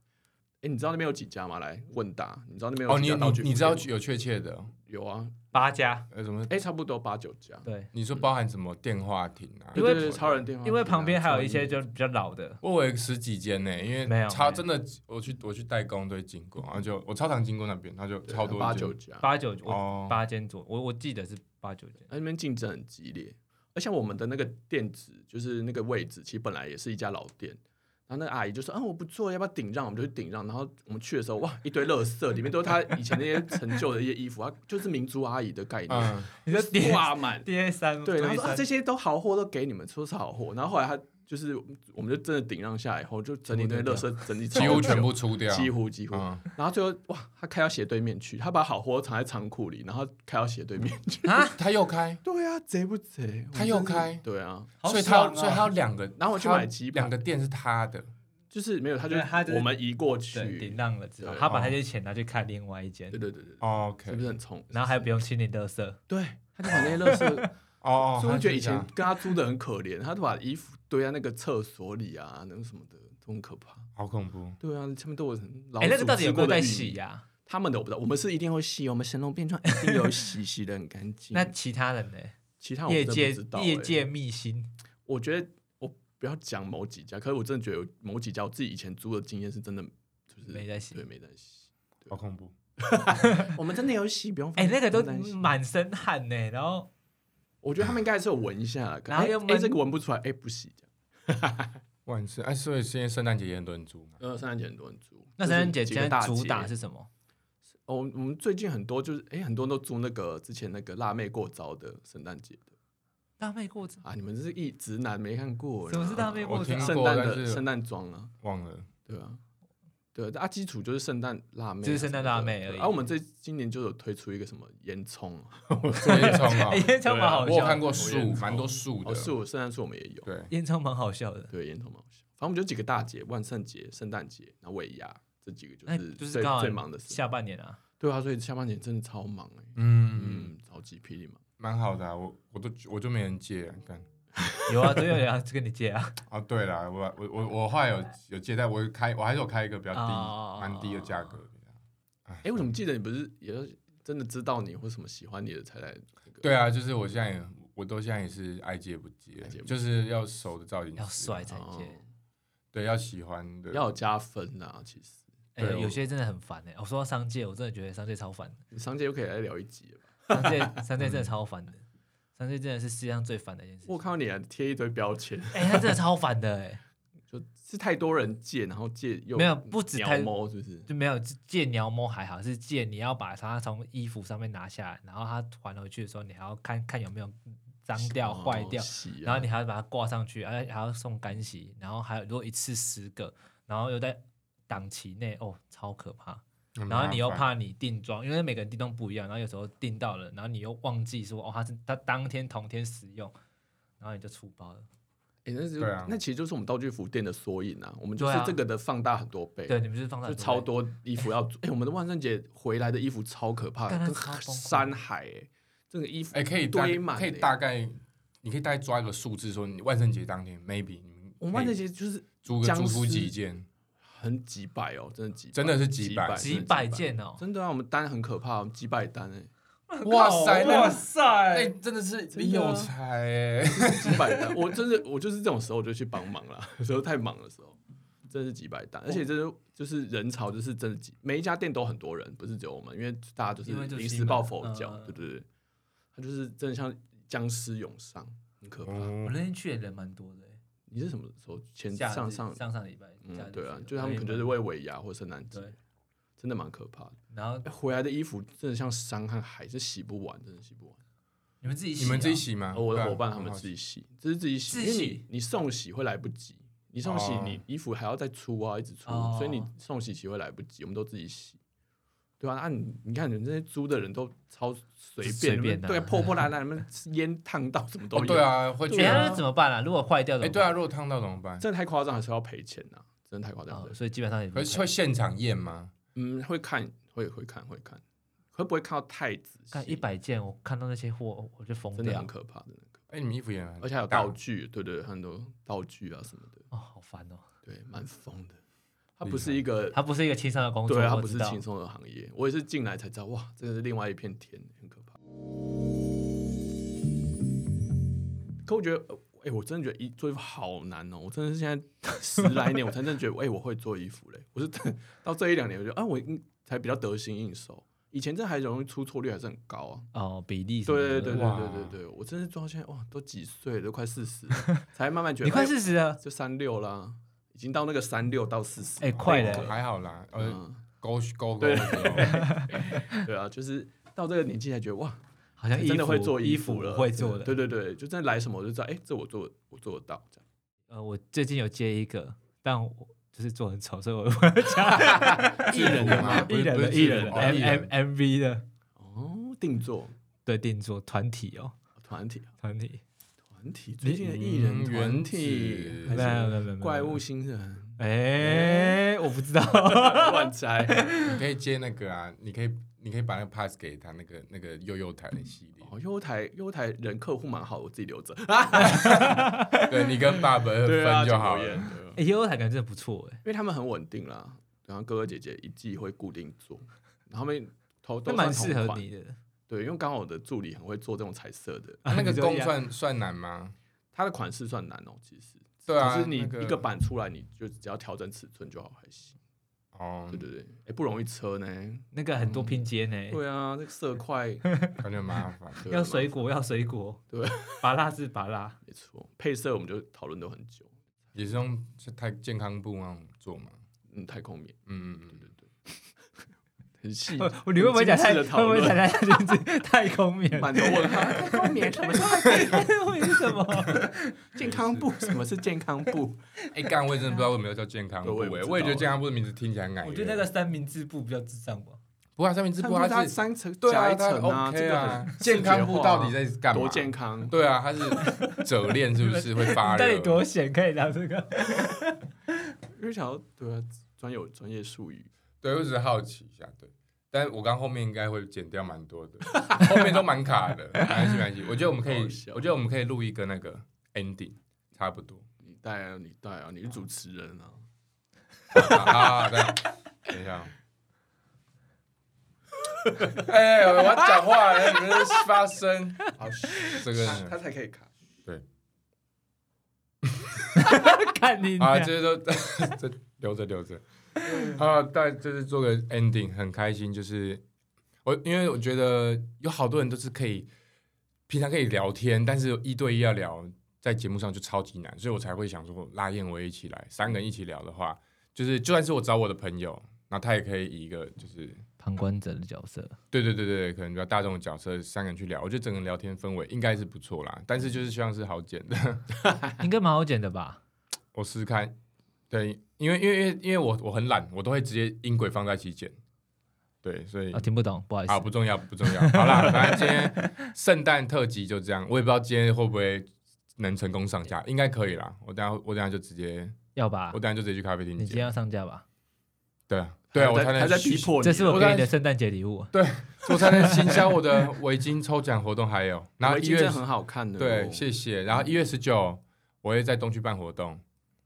Speaker 3: 哎，你知道那边有几家吗？来问答，你知道那边有
Speaker 1: 哦，你
Speaker 3: 几家道具
Speaker 1: 你你知道
Speaker 3: 服店
Speaker 1: 有确切的，
Speaker 3: 有啊？
Speaker 2: 八家。
Speaker 1: 呃，什么？
Speaker 3: 哎，差不多八九家，
Speaker 2: 对，
Speaker 1: 你说包含什么电话亭啊？
Speaker 2: 因为
Speaker 3: 对对对超人电话亭啊，
Speaker 2: 因为旁边还有一
Speaker 3: 超
Speaker 2: 些
Speaker 3: 人
Speaker 2: 就比较老的，
Speaker 1: 我有十几间呢，因
Speaker 2: 没
Speaker 1: 为
Speaker 2: 有
Speaker 1: 超
Speaker 2: 没有
Speaker 1: 真的，我去我去代工都会经过，然后就我超常经过那边，然后就
Speaker 3: 对
Speaker 1: 超多
Speaker 3: 八
Speaker 1: 间
Speaker 3: 九家，
Speaker 2: 八九我
Speaker 1: 哦，
Speaker 2: 八间左，我我记得是八九间。
Speaker 3: 那边竞争很激烈。而且我们的那个店址，就是那个位置，其实本来也是一家老店。然后那个阿姨就说：“啊，我不做，要不要顶让？”我们就去顶让。然后我们去的时候，哇，一堆垃圾，里面都是她以前那些陈旧的一些衣服，她就是民族阿姨的概念，
Speaker 1: 嗯，
Speaker 2: 你说叠
Speaker 3: 挂满。
Speaker 2: 叠三，
Speaker 3: 对，然后
Speaker 2: 叠
Speaker 3: 说、啊、
Speaker 2: 三
Speaker 3: 这些都好货，都给你们，说是好货。然后后来她就是，我们就真的顶让下来以后，就整理那些垃圾，整理 超
Speaker 1: 几乎
Speaker 3: 久
Speaker 1: 全部出掉，
Speaker 3: 几乎几乎。
Speaker 1: 嗯，
Speaker 3: 然后最后哇，他开到斜对面去，他把好货藏在仓库里，然后开到斜对面去。
Speaker 2: 啊，
Speaker 1: 他又开，
Speaker 3: 对啊，贼不贼？
Speaker 1: 他又开
Speaker 3: 我真是对啊，
Speaker 2: 好
Speaker 1: 所以他
Speaker 2: 爽
Speaker 1: 要
Speaker 2: 啊
Speaker 1: 所以他要两个，
Speaker 3: 然后我去
Speaker 1: 他
Speaker 3: 买鸡排
Speaker 1: 两个店是他的，
Speaker 3: 就是没有，他就
Speaker 2: 对他就是
Speaker 3: 我们移过
Speaker 2: 对，
Speaker 3: 去
Speaker 2: 顶。浪了之后，
Speaker 3: 对哦
Speaker 2: 他把那些钱拿去看另外一间
Speaker 3: 对，对对对，
Speaker 1: 哦
Speaker 3: 是
Speaker 1: OK，
Speaker 3: 不是很冲？
Speaker 2: 然后还不用清理垃圾，
Speaker 3: 对，他就把那些乐圾，
Speaker 1: 哦，
Speaker 3: 所以我觉得以前
Speaker 1: 他
Speaker 2: 啊
Speaker 1: 是这样
Speaker 3: 跟他租的很可怜，他就把衣服堆在那个厕所里啊，那个什么的，都很可怕。
Speaker 1: 好恐怖，
Speaker 3: 对啊，他们都有老
Speaker 2: 哎，那个
Speaker 3: 鼠
Speaker 2: 到底有
Speaker 3: 吃
Speaker 2: 没有
Speaker 3: 过的
Speaker 2: 在
Speaker 3: 玉
Speaker 2: 洗啊
Speaker 3: 米？
Speaker 2: 呀？
Speaker 3: 他们的我不知道，我们是一定会洗，我们神龙变装一定有洗，洗的很干净。
Speaker 2: 那其他人呢？
Speaker 3: 其他我
Speaker 2: 业
Speaker 3: 真的
Speaker 2: 界
Speaker 3: 不知道，
Speaker 2: 业
Speaker 3: 欸
Speaker 2: 界秘辛，
Speaker 3: 我觉得我不要讲某几家，可是我真的觉得有某几家我自己以前租的经验是真的就是
Speaker 2: 没在洗
Speaker 3: 对，没在洗。
Speaker 1: 好恐怖，
Speaker 3: 我们真的有洗，不用
Speaker 2: 哎，那个都
Speaker 3: 不用担心
Speaker 2: 满身汗呢，然后
Speaker 3: 我觉得他们应该还是有闻一下啦，可
Speaker 2: 然后
Speaker 3: 哎
Speaker 2: 又
Speaker 3: 哎
Speaker 2: 闷
Speaker 3: 这个闻不出来，哎、不洗这样。
Speaker 1: 万事哎，所以现在圣诞节也很多人租嘛，
Speaker 3: 呃，圣诞节很多人租，
Speaker 2: 那
Speaker 3: 就
Speaker 2: 三
Speaker 3: 是
Speaker 2: 人姐
Speaker 3: 几
Speaker 2: 今
Speaker 3: 个
Speaker 2: 天
Speaker 3: 大
Speaker 2: 主
Speaker 3: 节
Speaker 2: 打是什么？
Speaker 3: 哦，我们我们最近很多就是哎、很多人都租那个之前那个辣妹过招的圣诞节的，
Speaker 2: 大妹过招，
Speaker 3: 啊！你们这是一直男没看过啦，啊
Speaker 2: 什么是大妹啊过
Speaker 1: 我
Speaker 2: 招
Speaker 1: 听？
Speaker 3: 圣
Speaker 1: 过
Speaker 3: 诞
Speaker 1: 但
Speaker 3: 的
Speaker 1: 是
Speaker 3: 圣诞装啊，
Speaker 1: 忘了。
Speaker 3: 对啊，对啊，基础就是圣诞辣妹啊什么的，
Speaker 2: 就是圣诞辣妹而已
Speaker 3: 对啊，我们这今年就有推出一个什么烟囱啊，
Speaker 1: 烟 囱啊
Speaker 2: 哎，，烟囱蛮好
Speaker 1: 我有看
Speaker 2: 笑，
Speaker 1: 过树，蛮多树的
Speaker 3: 哦，。是我圣诞树我们也有，
Speaker 1: 对，
Speaker 2: 烟囱蛮好笑的。
Speaker 3: 对，烟囱蛮好笑。反正我们就几个大节，万圣节、圣诞节，然后尾牙这几个就
Speaker 2: 那
Speaker 3: 是
Speaker 2: 哎就
Speaker 3: 最
Speaker 2: 是刚好
Speaker 3: 最忙的时
Speaker 2: 下
Speaker 3: 候。
Speaker 2: 半年啊，
Speaker 3: 对啊，所以下半年真的超忙哎、
Speaker 1: 嗯，
Speaker 3: 嗯，超级霹雳忙。
Speaker 1: 蛮好的啊，
Speaker 3: 嗯
Speaker 1: 我我都我就没人借啊，看。
Speaker 2: 有啊，都 有人要跟你借啊。
Speaker 1: 哦，对了，我我我我后来有有借贷，我开我还是有开一个比较低
Speaker 2: 哦
Speaker 1: 蛮低的啊价格。
Speaker 3: 哎、我怎么记得你不是也是真的知道你或什么喜欢你的才来那个？
Speaker 1: 对啊，就是我现在也我都现在也是爱借不借
Speaker 3: 爱借，不借
Speaker 1: 就是要熟的造型师，
Speaker 2: 要帅才
Speaker 3: 哦，
Speaker 2: 借，
Speaker 1: 对，要喜欢的，
Speaker 3: 要有加分呐、啊。其实
Speaker 2: 哎、
Speaker 1: 对我
Speaker 2: 有些真的很烦哎、我说到商界，我真的觉得商界超烦，
Speaker 3: 你商界又可以来聊一集了吧。
Speaker 2: 商界商界真的超烦的，商界真的是世界上最烦的一件事
Speaker 3: 嗯我
Speaker 2: 情。
Speaker 3: 看到你还贴一堆标签，
Speaker 2: 哎、他真的超烦的哎、
Speaker 3: 就是太多人借，然后借又
Speaker 2: 没有不止太
Speaker 3: 鸟猫，是不是？
Speaker 2: 就没有借鸟摸还好，是借你要把它从衣服上面拿下来，然后它还回去的时候，你还要看看有没有脏掉、
Speaker 3: 哦
Speaker 2: 坏掉，
Speaker 3: 洗啊
Speaker 2: 然后你还要把它挂上去，而且还要送干洗，然后还有如果一次十个，然后又在档期内，哦，超可怕。
Speaker 1: 很麻
Speaker 2: 然
Speaker 1: 烦
Speaker 2: 后你又怕你定妆，因为每个人定妆不一样，然后有时候定到了，然后你又忘记说哦，它是它当天同天使用，然后你就出包了。
Speaker 3: 哎、那就、
Speaker 1: 对啊
Speaker 3: 那其实就是我们道具服店的缩影啊，我们就
Speaker 2: 对
Speaker 3: 是
Speaker 2: 啊
Speaker 3: 这个的放大很多倍，
Speaker 2: 对，你们就是放在
Speaker 3: 就超，多衣服要做。哎、我们的万圣节回来的衣服超可怕的，
Speaker 2: 干那
Speaker 3: 跟
Speaker 2: 超崩溃
Speaker 3: 山海、欸，这个衣服
Speaker 1: 哎，可以大
Speaker 3: 堆满、
Speaker 1: 可以
Speaker 3: 欸
Speaker 1: 大概，你可以大概抓一个数字，说你万圣节当天 maybe 你们
Speaker 3: 我们万圣
Speaker 1: 可以
Speaker 3: 节就是
Speaker 1: 租个
Speaker 3: 僵
Speaker 1: 租出
Speaker 3: 尸
Speaker 1: 几件，
Speaker 3: 哎很几百哦，真的几百
Speaker 1: 真的是几
Speaker 3: 几
Speaker 1: 百
Speaker 3: 真的
Speaker 2: 几百件哦
Speaker 3: 真的啊，我们单很可怕，我们几百单哎、
Speaker 1: 哇塞，那
Speaker 2: 哇
Speaker 1: 哎
Speaker 2: 塞，
Speaker 1: 真的是
Speaker 3: 的啊
Speaker 1: 你有 才哎，
Speaker 3: 几百单，我真的我就是这种时候我就去帮忙了，有时候太忙的时候，真的是几百单，而且真的就是人潮就是真的几，每一家店都很多人，不是只有我们，因为大家就
Speaker 2: 因为就是
Speaker 3: 临
Speaker 2: 新
Speaker 3: 时
Speaker 2: 嘛
Speaker 3: 抱佛脚，
Speaker 2: 嗯
Speaker 3: 对对对，他就是真的像僵尸涌上，很可怕。
Speaker 2: 我
Speaker 1: 哦
Speaker 2: 那天去也人蛮多的欸，
Speaker 3: 你是什么时候前
Speaker 2: 假日
Speaker 3: 上上？
Speaker 2: 上上礼拜，假
Speaker 3: 嗯，
Speaker 2: 日
Speaker 3: 对啊
Speaker 2: 去，的
Speaker 3: 就是他们可能就是为尾牙或圣诞节
Speaker 2: 对，
Speaker 3: 真的蛮可怕的。
Speaker 2: 然后
Speaker 3: 哎回来的衣服真的像山和海，是洗不完，真的洗不完。
Speaker 2: 你们自己洗啊
Speaker 1: 你们自己洗吗？
Speaker 3: 而我的
Speaker 1: 对啊
Speaker 3: 伙伴他们自己洗，这是自己洗，
Speaker 2: 自
Speaker 3: 因
Speaker 2: 己
Speaker 3: 为
Speaker 2: 洗
Speaker 3: 你你送洗会来不及，你送洗
Speaker 1: 哦
Speaker 3: 你衣服还要再出啊，一直出
Speaker 2: 哦，
Speaker 3: 所以你送洗洗会来不及，我们都自己洗。对啊，那你你看你们这些租的人都超随便，
Speaker 2: 随便啊
Speaker 3: 你们对啊破破烂烂，你们烟烫到什么都
Speaker 1: 哦
Speaker 3: 有，
Speaker 1: 对，啊，会
Speaker 2: 哎
Speaker 1: 觉
Speaker 3: 对啊
Speaker 2: 那
Speaker 1: 得
Speaker 2: 怎么办啊？如果坏掉怎
Speaker 1: 哎
Speaker 2: 么
Speaker 1: 对啊，
Speaker 2: 办？
Speaker 1: 如果烫到怎么办？
Speaker 3: 真的太夸张，还是要赔钱呐，真的太夸张
Speaker 2: 哦
Speaker 3: 了。
Speaker 2: 所以基本上也不
Speaker 1: 可是会现场验吗？
Speaker 3: 嗯，会看，会会看，会看，会不会看到太仔细？
Speaker 2: 看一百件，我看到那些货我就疯
Speaker 3: 真的
Speaker 2: 掉
Speaker 3: 很，可怕，真的很可
Speaker 1: 哎，你们衣服也很
Speaker 3: 怕，而且还有
Speaker 1: 大
Speaker 3: 道具，对对，对很多道具啊什么的，
Speaker 2: 哦，好烦哦。
Speaker 3: 对，蛮疯的。它
Speaker 1: 厉
Speaker 3: 不是
Speaker 1: 害
Speaker 3: 一个
Speaker 2: 它不是一个轻松的工作，
Speaker 3: 对，它
Speaker 2: 我
Speaker 3: 不
Speaker 2: 知
Speaker 3: 是
Speaker 2: 道
Speaker 3: 轻松的行业。我也是进来才知道，哇，真的是另外一片天，很可怕。可我觉得，哎、我真的觉得一做衣服好难哦、我真的是现在十来年，我才真的觉得，哎、我会做衣服嘞。我是到这一两年，我觉得啊，我应才比较得心应手。以前这还容易出错率还是很高啊。
Speaker 2: 哦，比例什么
Speaker 3: 对
Speaker 2: 的
Speaker 3: 对对对
Speaker 1: 哇
Speaker 3: 对对对，我真的做到现在哇，都几岁了，都快四十，才慢慢觉得
Speaker 2: 你快
Speaker 3: 哎
Speaker 2: 四十了，
Speaker 3: 就三六啦，已经到那个三六到四十，
Speaker 2: 哎快了
Speaker 1: 哦还好啦，呃，
Speaker 3: 嗯，
Speaker 1: 勾勾勾
Speaker 3: 对
Speaker 1: 的时候，
Speaker 3: 对啊，就是到这个年纪才觉得哇，
Speaker 2: 好像衣服
Speaker 3: 真的会做
Speaker 2: 衣
Speaker 3: 服了，
Speaker 2: 会做的。
Speaker 3: 对对对，就真的来什么我就知道，哎、这我做我做得到，这样
Speaker 2: 呃，我最近有接一个，但我就是做很丑，所以我
Speaker 1: 艺人的
Speaker 3: 啊
Speaker 1: 吗？不
Speaker 2: 艺
Speaker 1: 是
Speaker 2: 人
Speaker 1: 不
Speaker 2: 的
Speaker 1: 是
Speaker 2: 艺人
Speaker 1: 制
Speaker 2: 的 M，M
Speaker 1: 服哦
Speaker 2: M
Speaker 1: 艺
Speaker 2: M
Speaker 1: 人
Speaker 2: M V 的
Speaker 3: 哦，定做
Speaker 2: 对定做团体哦，
Speaker 3: 团体啊
Speaker 2: 团体
Speaker 3: 团体最近的艺人
Speaker 1: 嗯
Speaker 3: 团
Speaker 1: 原
Speaker 3: 体
Speaker 1: 子
Speaker 2: 没
Speaker 3: 还
Speaker 2: 有没有
Speaker 3: 是
Speaker 2: 没有没有
Speaker 3: 怪物 新人
Speaker 2: 哎，我不知道，
Speaker 3: 乱猜，
Speaker 1: 你可以接那个啊，你可以你可以把那个 pass 给他那个那个幼幼台的系列，
Speaker 3: 哦，优台优台人客户蛮好，我自己留着，
Speaker 1: 对你跟爸爸
Speaker 3: 对啊，
Speaker 1: 分就好
Speaker 3: 井
Speaker 1: 了。
Speaker 3: 柏彦对啊
Speaker 2: 哎，优台感觉真的不错哎，
Speaker 3: 因为他们很稳定啦，然后哥哥姐姐一季会固定做，然后他们头
Speaker 2: 那
Speaker 3: 都
Speaker 2: 蛮
Speaker 3: 算
Speaker 2: 适
Speaker 3: 同
Speaker 2: 合
Speaker 3: 款
Speaker 2: 你的。
Speaker 3: 对，因为刚好我的助理很会做这种彩色的，
Speaker 1: 那个
Speaker 2: 啊你就一
Speaker 1: 公
Speaker 2: 样
Speaker 1: 算算难吗？
Speaker 3: 它的款式算难哦、其实。
Speaker 1: 对啊
Speaker 3: 可是你
Speaker 1: 那个
Speaker 3: 一个版出来，你就只要调整尺寸就好，还行。
Speaker 1: 哦
Speaker 3: 对，对对，哎、不容易车呢。
Speaker 2: 那个很多拼接呢，
Speaker 3: 哎嗯对啊，这个色 块
Speaker 1: 感觉很麻烦。
Speaker 3: 对
Speaker 2: 要
Speaker 3: 嘛
Speaker 2: 水果要水果，
Speaker 3: 对，
Speaker 2: 拔蜡是拔蜡，。
Speaker 3: 没错，配色我们就讨论都很久。
Speaker 1: 也是用太健康布那种做嘛？
Speaker 3: 嗯，太空棉，
Speaker 1: 嗯嗯嗯，
Speaker 3: 对对对，很细
Speaker 2: 我你会不会讲太
Speaker 3: 很精
Speaker 2: 会
Speaker 3: 致的讨
Speaker 2: 不会
Speaker 3: 论
Speaker 2: 讲太就是太空棉？
Speaker 3: 满头 问号，太空棉什么是
Speaker 2: 为什么？
Speaker 3: 健康部？什么是健康部？
Speaker 1: 哎，干我也真的不知道为什么要叫健康部，
Speaker 3: 对我
Speaker 1: 哎
Speaker 3: 也不知道
Speaker 1: 我也觉得健康部的名字听起来很矮。
Speaker 2: 我觉得那个三明治部比较智障吧。
Speaker 1: 不过三明治部
Speaker 3: 它
Speaker 1: 它 是
Speaker 3: 三层
Speaker 1: 对
Speaker 3: 加
Speaker 1: 啊，
Speaker 3: 一
Speaker 1: 它
Speaker 3: 层
Speaker 1: OK
Speaker 3: 这个
Speaker 1: 啊
Speaker 3: 很，
Speaker 1: 健康部到底在干嘛？
Speaker 3: 多 健康？
Speaker 1: 对啊，它 是褶链是不是会发
Speaker 2: 到底
Speaker 1: 热？
Speaker 2: 多闲可以聊这个？
Speaker 3: 因为想要对啊，专有专业术语，
Speaker 1: 对，我只是好奇一下，对。但我刚后面应该会剪掉蛮多的，后面都蛮卡的，没关系没关系。我觉得我们可以
Speaker 3: 好笑，
Speaker 1: 我觉得我们可以录一个那个 ending，差不多。
Speaker 3: 你带啊，你带啊，你是主持人啊。
Speaker 1: 啊，好的等一下。哦哎、我要讲话了，你们发声，
Speaker 3: 好，
Speaker 1: 这个
Speaker 3: 才可以卡。
Speaker 2: 看你
Speaker 1: 啊，
Speaker 2: 娘
Speaker 1: 这些都 这留着留着。啊，但就是做个 ending，很开心。就是我，因为我觉得有好多人都是可以平常可以聊天，但是一对一要聊，在节目上就超级难，所以我才会想说拉燕威一起来，三个人一起聊的话，就是就算是我找我的朋友，那他也可以以一个就是
Speaker 2: 旁观者的角色，
Speaker 1: 对对对对，对可能比较大众的角色，三个人去聊，我觉得整个聊天氛围应该是不错啦。但是就是希望是好剪的，
Speaker 2: 应该蛮好剪的吧？
Speaker 1: 我试试
Speaker 3: 哦
Speaker 1: 看。对，因为因为因为因为我我很懒，我都会直接音轨放在一起剪。对，所以
Speaker 3: 哦
Speaker 2: 啊，听不懂，不好意思
Speaker 1: 啊，。不重要不重要。好啦，反正今 天圣诞特辑就这样，我也不知道今天会不会能成功上架，应该可以啦。我等下我等下就直接，
Speaker 2: 要
Speaker 3: 啊
Speaker 2: 吧
Speaker 1: 我？等下就直接去咖啡厅
Speaker 2: 你今天
Speaker 1: 剪。
Speaker 2: 要上架吧？
Speaker 1: 对啊，对啊，我才
Speaker 3: 还
Speaker 1: 能
Speaker 3: 在逼迫你，
Speaker 2: 这是我
Speaker 1: 我
Speaker 2: 给
Speaker 1: 在
Speaker 2: 你的圣诞节礼物。
Speaker 1: 我才能行 销我的围巾抽奖活动，还有然后
Speaker 3: 围
Speaker 1: 一
Speaker 3: 巾真
Speaker 1: 月
Speaker 3: 的很好看的哦。
Speaker 1: 对，谢谢。然后一月十九，我会在东区办活动。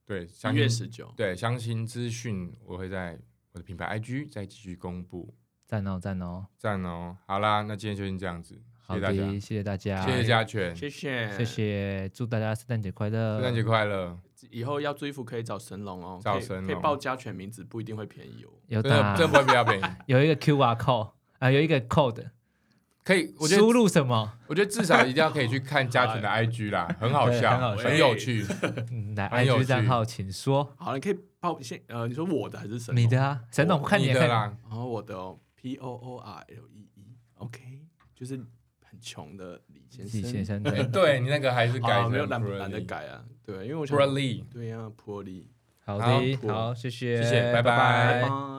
Speaker 1: 对，
Speaker 3: 一
Speaker 1: 详
Speaker 3: 月
Speaker 1: 情
Speaker 2: 嗯
Speaker 3: 十九，
Speaker 1: 对详情资讯，我会在我的品牌 IG 再继续公布。
Speaker 2: 赞哦赞哦，
Speaker 1: 赞哦！好啦，那今天就先这样子，谢谢
Speaker 2: 好的
Speaker 1: 大，家，
Speaker 2: 谢谢大家，
Speaker 1: 谢谢嘉全，
Speaker 3: 谢谢
Speaker 2: 谢。谢，祝大家圣诞节快乐，
Speaker 1: 圣诞节快乐！
Speaker 3: 以后要追服可以找神龙哦，
Speaker 1: 找
Speaker 3: 可以
Speaker 1: 神龙
Speaker 3: 可以报加权名字，不一定会便宜哦。
Speaker 2: 有
Speaker 1: 真的
Speaker 2: 打
Speaker 1: 真的不会比较便宜，
Speaker 2: 有一个 QR code 啊，有一个 code，
Speaker 1: 可以，我觉
Speaker 2: 输
Speaker 1: 得
Speaker 2: 入什么？
Speaker 1: 我觉得至少一定要可以去看嘉全的
Speaker 3: 哎
Speaker 1: IG 啦，很好
Speaker 2: 对
Speaker 1: 笑
Speaker 2: 很，好笑
Speaker 1: 很有趣。
Speaker 2: 嗯来
Speaker 1: 蛮有
Speaker 2: IG
Speaker 1: 趣
Speaker 2: 账号请说
Speaker 3: 好了，你可以报先呃，你说我的还是神龙？
Speaker 2: 你的啊，沈总看
Speaker 1: 你
Speaker 2: 也
Speaker 1: 的
Speaker 2: 看，
Speaker 1: 啦，
Speaker 3: 然后我的哦，P O O R L E E，OK，就是很穷的李先生。
Speaker 2: 李先生
Speaker 1: 哎
Speaker 2: 的
Speaker 1: 对你那个还是改
Speaker 3: 啊，
Speaker 1: 成
Speaker 3: 没有懒
Speaker 1: Bruley
Speaker 3: 懒得改啊，对，因为我想，啊
Speaker 1: Bruley
Speaker 3: 对呀，破例，
Speaker 2: 好
Speaker 1: 好
Speaker 2: 的，
Speaker 3: 酷
Speaker 2: 好，谢谢，
Speaker 1: 谢谢拜拜
Speaker 3: 拜拜。